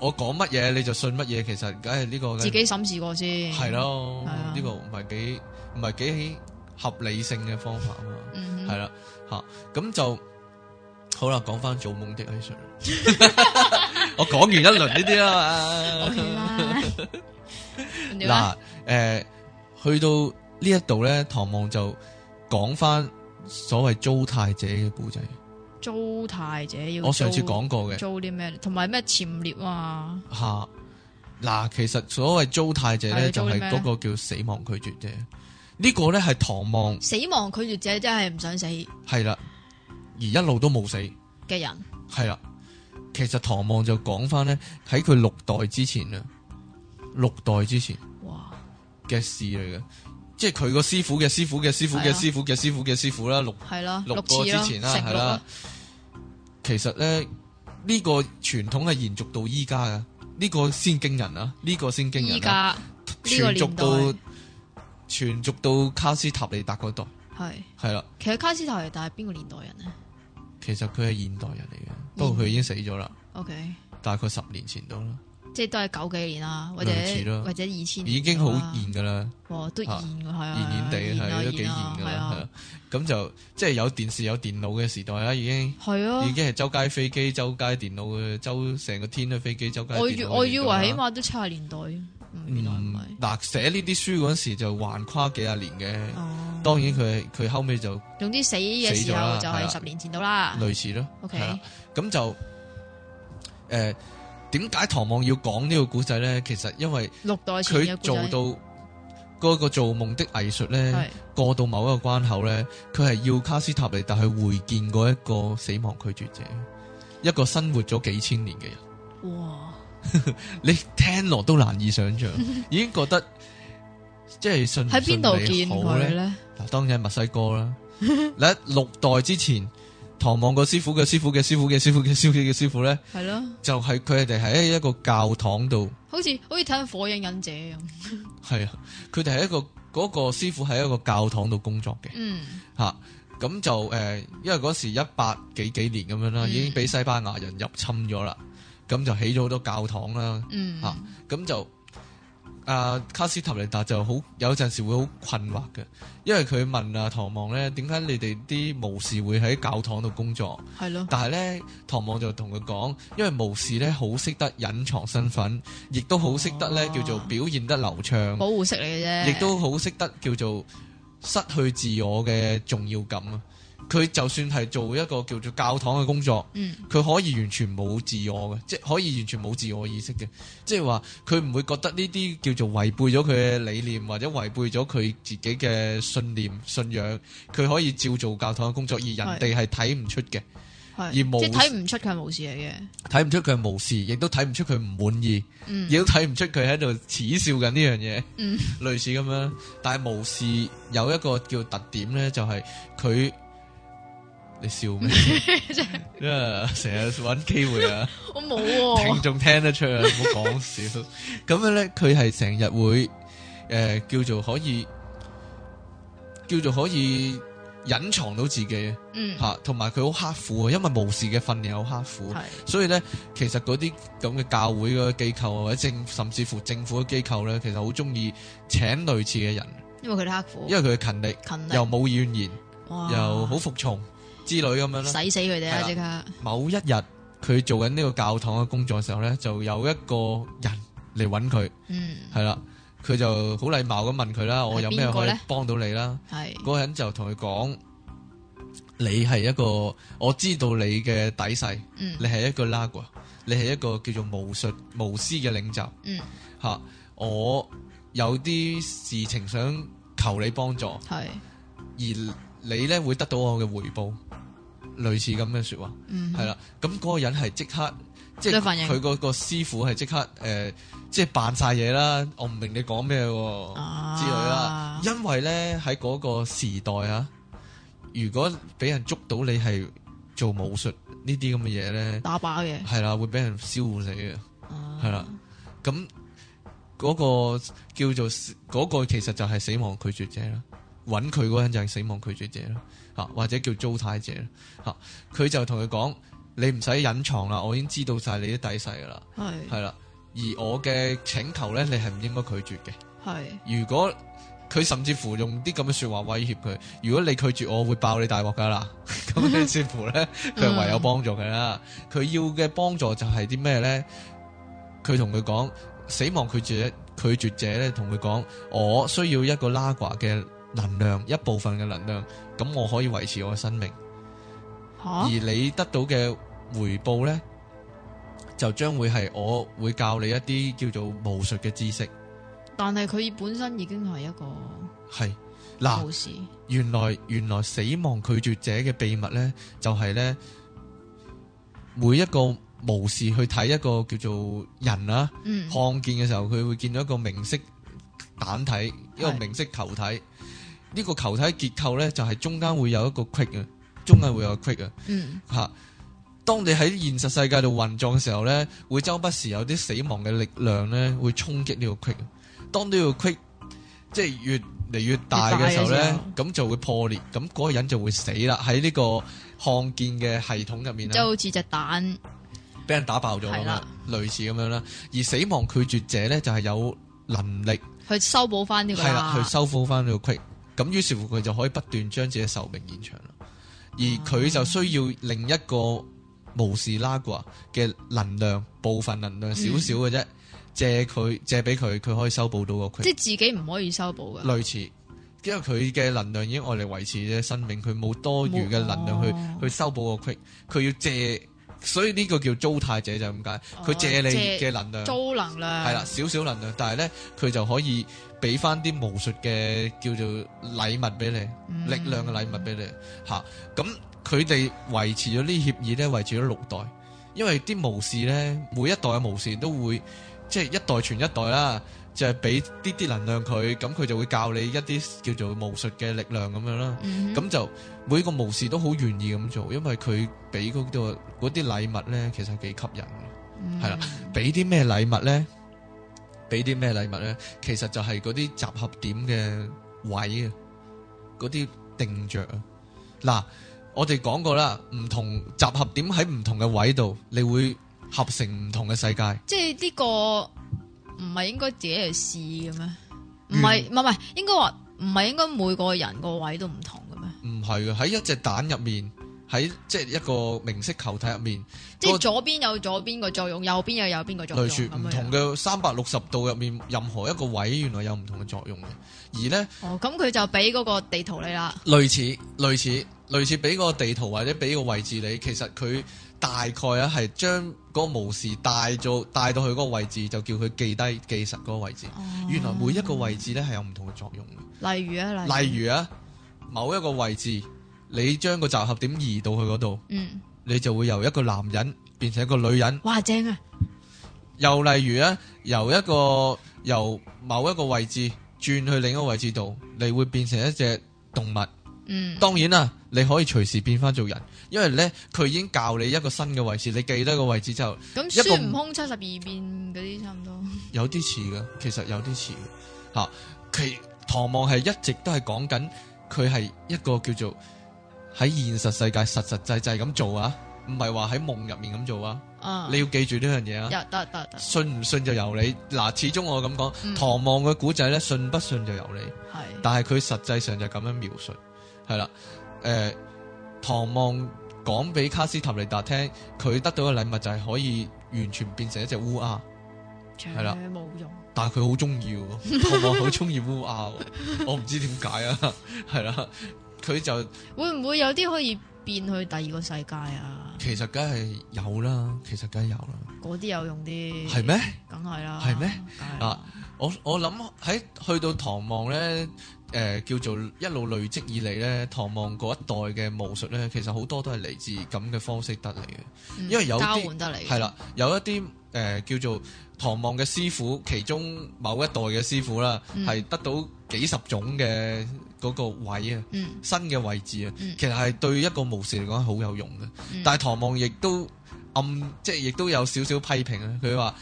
[SPEAKER 2] 我講乜嘢你就信乜嘢，其實梗係呢個
[SPEAKER 1] 自己審視過先。
[SPEAKER 2] 係，咯，
[SPEAKER 1] 係啊
[SPEAKER 2] 呢個唔係幾唔係幾合理性嘅方法啊嘛。
[SPEAKER 1] 嗯
[SPEAKER 2] 係
[SPEAKER 1] 哼，
[SPEAKER 2] 啦，吓咁就好啦。講翻做夢的 藝術，我講完一輪呢啲 啦
[SPEAKER 1] OK 啦。咁點
[SPEAKER 2] 嘛。嗱，诶，去到呢一度咧，唐望就講翻所謂糟蹋者嘅故仔。
[SPEAKER 1] 糟蹋者要
[SPEAKER 2] 我上次
[SPEAKER 1] 糟
[SPEAKER 2] 講過嘅
[SPEAKER 1] 租啲咩？同埋咩潛獵啊？
[SPEAKER 2] 吓，嗱，其實所謂糟蹋者咧，
[SPEAKER 1] 係啊
[SPEAKER 2] 就
[SPEAKER 1] 糟啲
[SPEAKER 2] 係
[SPEAKER 1] 咩
[SPEAKER 2] 嗰個叫死亡拒絕者。呢個咧係唐望
[SPEAKER 1] 死亡拒絕者真係唔想死
[SPEAKER 2] 係啦，而一路都冇死。
[SPEAKER 1] 嘅人，
[SPEAKER 2] 系啦，啊其實唐望就講翻咧，喺佢六代之前啊，六代之前
[SPEAKER 1] 哇！
[SPEAKER 2] 嘅事嚟嘅，即係佢個師傅嘅師傅嘅師傅嘅
[SPEAKER 1] 係啊
[SPEAKER 2] 師傅嘅師傅嘅師傅啦，六
[SPEAKER 1] 係啦，
[SPEAKER 2] 六
[SPEAKER 1] 次
[SPEAKER 2] 個之
[SPEAKER 1] 啦，
[SPEAKER 2] 前啦，
[SPEAKER 1] 成
[SPEAKER 2] 係
[SPEAKER 1] 六啊
[SPEAKER 2] 啦
[SPEAKER 1] 啦，。
[SPEAKER 2] 其實咧呢個傳統係延續到依家嘅，呢個先驚人啊，呢個先驚
[SPEAKER 1] 依
[SPEAKER 2] 人啊，
[SPEAKER 1] 家呢個
[SPEAKER 2] 傳續
[SPEAKER 1] 年代
[SPEAKER 2] 到傳續到卡斯塔尼達嗰代，
[SPEAKER 1] 係。
[SPEAKER 2] 係啦，
[SPEAKER 1] 其實卡斯塔尼達係邊個年代人咧
[SPEAKER 2] 其實佢係現代人嚟嘅，不過佢已經死咗啦，
[SPEAKER 1] ？OK，
[SPEAKER 2] 大概十年前到啦，
[SPEAKER 1] 即係都係九幾年啦，或者
[SPEAKER 2] 類似啦
[SPEAKER 1] 或者二千
[SPEAKER 2] 已經好
[SPEAKER 1] 啊
[SPEAKER 2] 現噶啦。
[SPEAKER 1] 哇，都現
[SPEAKER 2] 啊
[SPEAKER 1] 㗎係
[SPEAKER 2] 現
[SPEAKER 1] 啊，
[SPEAKER 2] 現
[SPEAKER 1] 啊
[SPEAKER 2] 地係都幾現
[SPEAKER 1] 現啊
[SPEAKER 2] 㗎
[SPEAKER 1] 係
[SPEAKER 2] 啦，係
[SPEAKER 1] 啊
[SPEAKER 2] 啦，咁就即係有電視有電腦嘅時代啦，已經
[SPEAKER 1] 係啊
[SPEAKER 2] 已。經係周街飛機、周街電腦嘅，周成個天都飛機、周街電腦
[SPEAKER 1] 我以
[SPEAKER 2] 嘅年代啦。
[SPEAKER 1] 我以為起碼都七十年代，嗯原來唔
[SPEAKER 2] 嗯
[SPEAKER 1] 係。
[SPEAKER 2] 嗱寫呢啲書嗰陣時就橫跨幾廿年嘅，
[SPEAKER 1] 哦，
[SPEAKER 2] 當然佢佢後尾就
[SPEAKER 1] 總之死嘅時
[SPEAKER 2] 死咗
[SPEAKER 1] 候
[SPEAKER 2] 啦
[SPEAKER 1] 就
[SPEAKER 2] 係啦啊
[SPEAKER 1] 係十年前到啦。
[SPEAKER 2] 類似咯，
[SPEAKER 1] 啊 OK
[SPEAKER 2] 係啦咁就誒點解唐望要講呢個古仔咧？其實因為
[SPEAKER 1] 六代前
[SPEAKER 2] 佢
[SPEAKER 1] 嘅
[SPEAKER 2] 做到嗰個做夢的藝術咧。
[SPEAKER 1] 係
[SPEAKER 2] 過到某一個關口呢，佢係要卡斯塔尼達去會見嗰一個死亡拒絕者，一個生活咗幾千年嘅人，
[SPEAKER 1] 哇，
[SPEAKER 2] 你聽落都難以想 象，已經覺得即係信唔
[SPEAKER 1] 喺邊
[SPEAKER 2] 信
[SPEAKER 1] 度
[SPEAKER 2] 你
[SPEAKER 1] 見
[SPEAKER 2] 好
[SPEAKER 1] 佢
[SPEAKER 2] 咧？
[SPEAKER 1] 咧？
[SPEAKER 2] 嗱，當然係墨西哥啦。 嗱，六代之前，唐望個師傅嘅師傅嘅師傅嘅師傅嘅師傅嘅師傅呢，
[SPEAKER 1] 係咯，
[SPEAKER 2] 就係佢哋喺一個教堂度，
[SPEAKER 1] 好似好似睇緊《火影忍者》咁。
[SPEAKER 2] 係啊，佢哋係一個嗰、個師傅喺一個教堂度工作嘅。
[SPEAKER 1] 嗯，
[SPEAKER 2] 吓咁就誒、呃因為嗰時一八幾幾年咁樣啦，
[SPEAKER 1] 嗯
[SPEAKER 2] 已經俾西班牙人入侵咗啦，咁就起咗好多教堂啦，
[SPEAKER 1] 嗯，
[SPEAKER 2] 嚇咁就啊卡斯塔尼達就好有陣時會好困惑嘅，因為佢問啊唐望咧，點解你哋啲巫士會喺教堂度工作？
[SPEAKER 1] 係咯，
[SPEAKER 2] 但係咧，唐望就同佢講，因為巫士咧好識得隱藏身份，亦都好識得咧
[SPEAKER 1] 哦
[SPEAKER 2] 叫做表現得流暢，
[SPEAKER 1] 保護式嚟嘅啫，
[SPEAKER 2] 亦都好識得叫做失去自我嘅重要感啊！佢就算係做一個叫做教堂嘅工作。
[SPEAKER 1] 嗯
[SPEAKER 2] 佢可以完全冇自我嘅，即係可以完全冇自我意識嘅，即係話佢唔會覺得呢啲叫做違背咗佢嘅理念或者違背咗佢自己嘅信念信仰，佢可以照做教堂嘅工作，而人哋係睇唔出嘅，
[SPEAKER 1] 係，
[SPEAKER 2] 而無
[SPEAKER 1] 即係睇唔出佢係無事嚟嘅，
[SPEAKER 2] 睇唔出佢係無視，亦都睇唔出佢唔滿意，
[SPEAKER 1] 嗯
[SPEAKER 2] 亦都睇唔出佢喺度恥笑緊呢樣嘢，
[SPEAKER 1] 嗯
[SPEAKER 2] 類似咁樣。但係無視有一個叫特點呢，就係佢你笑 咩？ 啊成日揾機會啊！
[SPEAKER 1] 我冇喎
[SPEAKER 2] 聽，眾聽得出啊，唔好講笑。咁樣咧，佢係成日會诶、呃叫做可以，叫做可以隱藏到自己
[SPEAKER 1] 嗯
[SPEAKER 2] 吓，嚇同埋佢好刻苦啊，因為無視嘅訓練好刻苦，
[SPEAKER 1] 係
[SPEAKER 2] 所以咧，其實嗰啲咁嘅教會嘅機構啊或者政甚至乎政府嘅機構咧，其實好中意請類似嘅人，
[SPEAKER 1] 因為佢哋刻苦，
[SPEAKER 2] 因為佢嘅勤力
[SPEAKER 1] 勤力
[SPEAKER 2] 又冇怨言，
[SPEAKER 1] 哇
[SPEAKER 2] 又好服從之類咁樣啦。
[SPEAKER 1] 洗死佢哋
[SPEAKER 2] 係
[SPEAKER 1] 啦
[SPEAKER 2] 啦
[SPEAKER 1] 即刻，
[SPEAKER 2] 某一日佢做緊呢個教堂嘅工作嘅時候呢，就有一個人嚟揾佢，
[SPEAKER 1] 嗯
[SPEAKER 2] 係啦，佢就好禮貌咁問佢啦，我有咩
[SPEAKER 1] 邊個
[SPEAKER 2] 可
[SPEAKER 1] 呢
[SPEAKER 2] 以幫到你啦？
[SPEAKER 1] 係
[SPEAKER 2] 嗰個人就同佢講：你係一個，我知道你嘅底細，
[SPEAKER 1] 嗯
[SPEAKER 2] 你係一個拉瓜，你係一個叫做無術無私嘅領袖
[SPEAKER 1] 嗯
[SPEAKER 2] 吓、我有啲事情想求你幫助，而
[SPEAKER 1] 係
[SPEAKER 2] 你呢會得到我嘅回報，類似咁嘅说話。
[SPEAKER 1] 嗯
[SPEAKER 2] 係啦，咁嗰個人係即刻，即係
[SPEAKER 1] 即係反應
[SPEAKER 2] 佢個個師傅係即刻誒、呃即係扮晒嘢啦。我唔明你講咩喎
[SPEAKER 1] 啊
[SPEAKER 2] 之類啦。因為咧喺嗰個時代啊，如果俾人捉到你係做武術呢啲咁嘅嘢咧，
[SPEAKER 1] 打靶嘅
[SPEAKER 2] 係啦，會俾人燒死嘅。係
[SPEAKER 1] 係
[SPEAKER 2] 啦，咁嗰個叫做嗰、個其實就係死亡拒絕者啦，揾佢嗰個人就係死亡拒絕者啦，吓或者叫糟蹋者啦，吓佢就同佢講：你唔使隱藏啦，我已經知道晒你啲底細噶啦，
[SPEAKER 1] 啊係
[SPEAKER 2] 係啦，而我嘅請求呢，你係唔應該拒絕嘅。
[SPEAKER 1] 係
[SPEAKER 2] 如果佢甚至乎用啲咁嘅说話威脅佢，如果你拒絕我，我會爆你大鑊噶啦。咁於似乎咧，佢
[SPEAKER 1] 嗯
[SPEAKER 2] 係唯有幫助佢啦。佢要嘅幫助就係啲咩咧？佢同佢講死亡拒絕者，拒絕者咧同佢講，我需要一個拉掛嘅能量，一部分嘅能量，咁我可以維持我嘅生命。而
[SPEAKER 1] 吓
[SPEAKER 2] 你得到嘅回報咧，就將會係我會教你一啲叫做巫術嘅知識。
[SPEAKER 1] 但係佢本身已經係一個
[SPEAKER 2] 係嗱。
[SPEAKER 1] 武士，
[SPEAKER 2] 原來原來死亡拒絕者嘅秘密呢，就係呢：每一個無視去睇一個叫做人啦、
[SPEAKER 1] 嗯
[SPEAKER 2] 看見嘅時候，佢會見到一個明色蛋體，一個明色球體。呢、個球體結構呢，就係、中間會有一個 quick 啊，中間會有個 quick 啊，
[SPEAKER 1] 嗯
[SPEAKER 2] 嚇。當你喺現實世界度運作嘅時候呢，會周不時有啲死亡嘅力量呢，會衝擊呢個 quick。當呢個 quick 即係越嚟越大嘅時
[SPEAKER 1] 越
[SPEAKER 2] 候
[SPEAKER 1] 大嘅時
[SPEAKER 2] 呢
[SPEAKER 1] 候，
[SPEAKER 2] 咁就會破裂，咁嗰個人就會死啦。喺呢個看見嘅系統入面
[SPEAKER 1] 即係
[SPEAKER 2] 啦，
[SPEAKER 1] 好似隻蛋
[SPEAKER 2] 俾人打爆咗咁
[SPEAKER 1] 係
[SPEAKER 2] 樣
[SPEAKER 1] 啦，
[SPEAKER 2] 類似咁樣啦。而死亡拒絕者呢，就係有能力
[SPEAKER 1] 去修補翻呢個
[SPEAKER 2] 係
[SPEAKER 1] 啦
[SPEAKER 2] 啦，去，修復翻呢個 quick。咁於是乎佢就可以不斷將自己壽命延長啦。而佢就需要另一個無視拉掛嘅能量部分能量少少嘅啫，借佢借俾佢，佢可以修補到個 quick。
[SPEAKER 1] 嗯即係自己唔可以修補嘅，
[SPEAKER 2] 類似，因為佢嘅能量已經愛嚟維持啫生命，佢冇多餘嘅能量去、
[SPEAKER 1] 冇哦
[SPEAKER 2] 去修補個 quick，佢要借，所以呢個叫糟蹋者就係咁解，佢、
[SPEAKER 1] 哦
[SPEAKER 2] 借你
[SPEAKER 1] 借
[SPEAKER 2] 嘅能量，
[SPEAKER 1] 租能量
[SPEAKER 2] 係啦，少少能量，但係呢，佢就可以俾翻啲巫術嘅叫做禮物俾你，
[SPEAKER 1] 嗯
[SPEAKER 2] 力量嘅禮物俾你吓。咁佢哋維持咗呢協議呢，維持咗六代，因為啲巫士呢，每一代嘅巫士都會即係一代傳一代啦，就係俾啲啲能量佢，咁佢就會教你一啲叫做巫術嘅力量咁樣啦。
[SPEAKER 1] 嗯哼
[SPEAKER 2] 咁就每個巫士都好願意咁做，因為佢俾嗰個嗰啲禮物呢，其實係幾吸引嘅。
[SPEAKER 1] 嗯
[SPEAKER 2] 係啦俾啲咩禮物呢？俾啲咩禮物呢？其實就係嗰啲集合點嘅位啊，嗰啲定着啊。嗱，我哋講過啦，唔同集合點喺唔同嘅位度，你會合成唔同嘅世界。
[SPEAKER 1] 即係呢個唔系应该自己嚟试嘅咩？唔系唔系唔系，应该话唔系应该每个人个位都唔同嘅咩？
[SPEAKER 2] 唔係嘅，喺一隻蛋入面，喺即係一個明色球體入面，
[SPEAKER 1] 即系
[SPEAKER 2] 個
[SPEAKER 1] 左边有左边个作用，右边有右边个作用
[SPEAKER 2] 類似唔
[SPEAKER 1] 咁
[SPEAKER 2] 同
[SPEAKER 1] 样。
[SPEAKER 2] 嘅三百六十度入面，任何一個位原來有唔同嘅作用嘅。而呢，
[SPEAKER 1] 哦，咁佢就俾嗰个地图你啦。
[SPEAKER 2] 類似類似類似俾個地圖或者俾個位置你，其實佢大概啊係將嗰個無視帶咗帶到去嗰個位置，就叫佢記低記實嗰個位置。
[SPEAKER 1] 哦
[SPEAKER 2] 原來每一個位置呢係有唔同嘅作用嘅。
[SPEAKER 1] 例如啊，例
[SPEAKER 2] 例如啊，某一個位置，你將個集合點移到去嗰度，
[SPEAKER 1] 嗯，
[SPEAKER 2] 你就會由一個男人變成一個女人。
[SPEAKER 1] 哇正啊，
[SPEAKER 2] 又例如咧，由一個由某一個位置轉去另一個位置度，你會變成一隻動物。
[SPEAKER 1] 嗯，
[SPEAKER 2] 當然啦，你可以隨時變翻做人，因為呢，佢已經教你一個新嘅位置，你記得個位置之後，
[SPEAKER 1] 咁
[SPEAKER 2] 一個
[SPEAKER 1] 孫悟空七十二變嗰啲差唔多。
[SPEAKER 2] 有啲似嘅，其實有啲似嘅吓。其唐望係一直都係講緊佢係一個叫做喺現實世界實實際際咁做啊，唔係話喺夢入面咁做啊。
[SPEAKER 1] 啊，
[SPEAKER 2] 你要記住呢樣嘢啊！
[SPEAKER 1] 又得得得，
[SPEAKER 2] 信唔信就由你。嗱，始終我咁講，
[SPEAKER 1] 嗯
[SPEAKER 2] 唐望嘅古仔呢，信不信就由你。
[SPEAKER 1] 係
[SPEAKER 2] 但係佢實際上就咁樣描述，係啦。诶、唐望講俾卡斯塔尼達聽，佢得到嘅禮物就係可以完全變成一隻烏鴉，係啦，
[SPEAKER 1] 切冇用。
[SPEAKER 2] 但係佢好中意喎， 唐望好中意烏鴉喎，我唔知點解啊， 係啦。佢就
[SPEAKER 1] 會唔會有啲可以變去第二個世界啊？
[SPEAKER 2] 其實梗係有啦，其實梗係有啦，
[SPEAKER 1] 嗰啲有用啲，
[SPEAKER 2] 係？咩？
[SPEAKER 1] 梗係啦，
[SPEAKER 2] 係咩
[SPEAKER 1] 梗係啦？
[SPEAKER 2] 啊我我諗喺去到唐望咧，誒、叫做一路累積以嚟咧，唐望嗰一代嘅巫術咧，其實好多都係嚟自咁嘅方式得嚟嘅。
[SPEAKER 1] 嗯
[SPEAKER 2] 因為有啲
[SPEAKER 1] 交換得嚟，
[SPEAKER 2] 係，啦，有一啲誒、呃叫做唐望嘅師傅，其中某一代嘅師傅啦，
[SPEAKER 1] 嗯
[SPEAKER 2] 係、得到幾十種嘅嗰個位啊，
[SPEAKER 1] 嗯
[SPEAKER 2] 新嘅位置啊，
[SPEAKER 1] 嗯
[SPEAKER 2] 其實係對一個巫師嚟講係好有用嘅。
[SPEAKER 1] 嗯
[SPEAKER 2] 但係唐望亦都暗，即係亦都有少少批評啊。佢話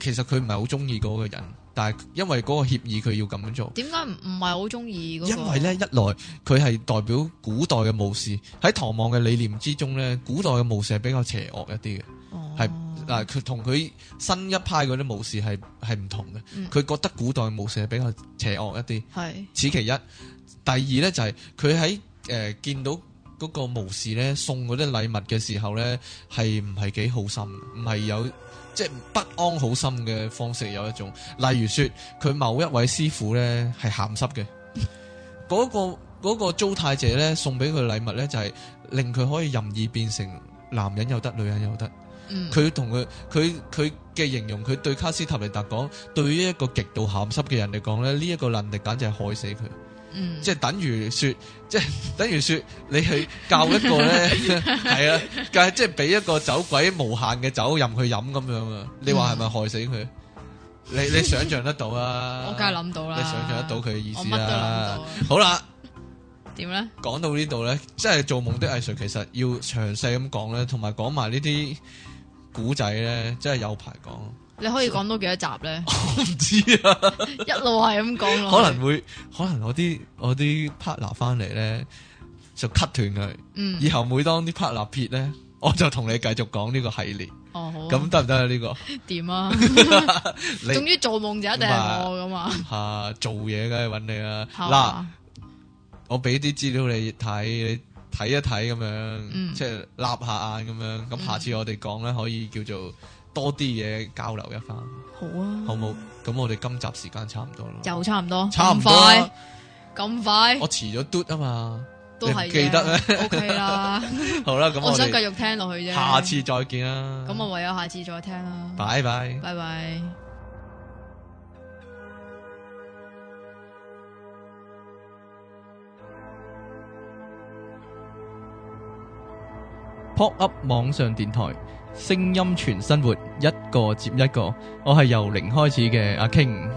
[SPEAKER 2] 其實佢唔係好中意嗰個人，但係因為嗰個協議佢要咁樣做。
[SPEAKER 1] 點解唔唔係好中意嗰個？
[SPEAKER 2] 因為呢，一來佢係代表古代嘅武士，喺唐望嘅理念之中呢，古代嘅武士係比較邪惡一啲嘅，
[SPEAKER 1] 哦，
[SPEAKER 2] 係嗱啊佢同佢新一派嗰啲武士係係唔同嘅，
[SPEAKER 1] 嗯
[SPEAKER 2] 佢、覺得古代嘅武士係比較邪惡一啲，
[SPEAKER 1] 係
[SPEAKER 2] 此其一。第二呢，就係佢喺誒見到嗰個巫士呢送嗰啲禮物嘅時候呢，係唔係幾好心，唔係有即係不安好心嘅方式有一種。例如說，佢某一位師傅呢係鹹濕嘅，嗰、個嗰個糟態者呢送俾佢禮物呢，就係、令佢可以任意變成男人又得，女人又得。
[SPEAKER 1] 嗯
[SPEAKER 2] 佢同佢佢佢嘅形容，佢對卡斯塔尼達講，對於一個極度鹹濕嘅人嚟講呢，呢、一個能力簡直係害死佢。
[SPEAKER 1] 嗯，
[SPEAKER 2] 即係等於說， 即係等於說，你去 教一個 咧，係啊，教即係俾一個酒鬼無限嘅酒任佢飲咁樣啊！你話係咪害死佢？你你想象得到啊？
[SPEAKER 1] 我梗係諗到啦，
[SPEAKER 2] 你想象得到佢嘅意
[SPEAKER 1] 我
[SPEAKER 2] 思啊
[SPEAKER 1] 乜都諗
[SPEAKER 2] 啦
[SPEAKER 1] 唔。
[SPEAKER 2] 好啦，
[SPEAKER 1] 到，點咧？
[SPEAKER 2] 講到呢度咧，即係做夢的藝術，其實要詳細咁講咧，同埋講埋呢啲古仔咧，真係有排 講。
[SPEAKER 1] 你可以講多幾多集咧？
[SPEAKER 2] 我唔知啊。
[SPEAKER 1] 一路係咁講落去，
[SPEAKER 2] 可能會，可能我啲我啲 partner 翻嚟咧就 cut 斷佢。
[SPEAKER 1] 嗯
[SPEAKER 2] 以後每當啲 partner 撇咧，我就同你繼續講呢個系列，
[SPEAKER 1] 哦好啊
[SPEAKER 2] 咁得唔得啊？呢個
[SPEAKER 1] 點啊？ 總
[SPEAKER 2] 你嗯
[SPEAKER 1] 之做夢就一定係我咁啊，
[SPEAKER 2] 吓做嘢梗係揾你啦。
[SPEAKER 1] 係
[SPEAKER 2] 嗱，
[SPEAKER 1] 嘛
[SPEAKER 2] 我俾啲資料你睇，你睇一睇咁樣，
[SPEAKER 1] 嗯
[SPEAKER 2] 即係立下眼咁樣。咁下次我哋講咧，可以叫做多啲嘢交流一番，
[SPEAKER 1] 好啊，
[SPEAKER 2] 好冇？咁我哋今集時間差唔多啦，
[SPEAKER 1] 又差唔多，
[SPEAKER 2] 差唔
[SPEAKER 1] 咁
[SPEAKER 2] 多啦
[SPEAKER 1] 快，咁快
[SPEAKER 2] 我遲咗嘟啊 嘛，
[SPEAKER 1] 都
[SPEAKER 2] 你唔
[SPEAKER 1] 係
[SPEAKER 2] 記得咩？
[SPEAKER 1] 咩？O K 啦，
[SPEAKER 2] 好啦， 咁
[SPEAKER 1] 我
[SPEAKER 2] 我
[SPEAKER 1] 想繼
[SPEAKER 2] 哋
[SPEAKER 1] 續聽落去啫。
[SPEAKER 2] 下次再見啦。
[SPEAKER 1] 咁我唯有下次再聽啦。
[SPEAKER 2] 拜拜。
[SPEAKER 1] 拜拜。
[SPEAKER 2] Pop Up 網上電台，聲音全生活，一個接一個。我係由零開始嘅阿 King。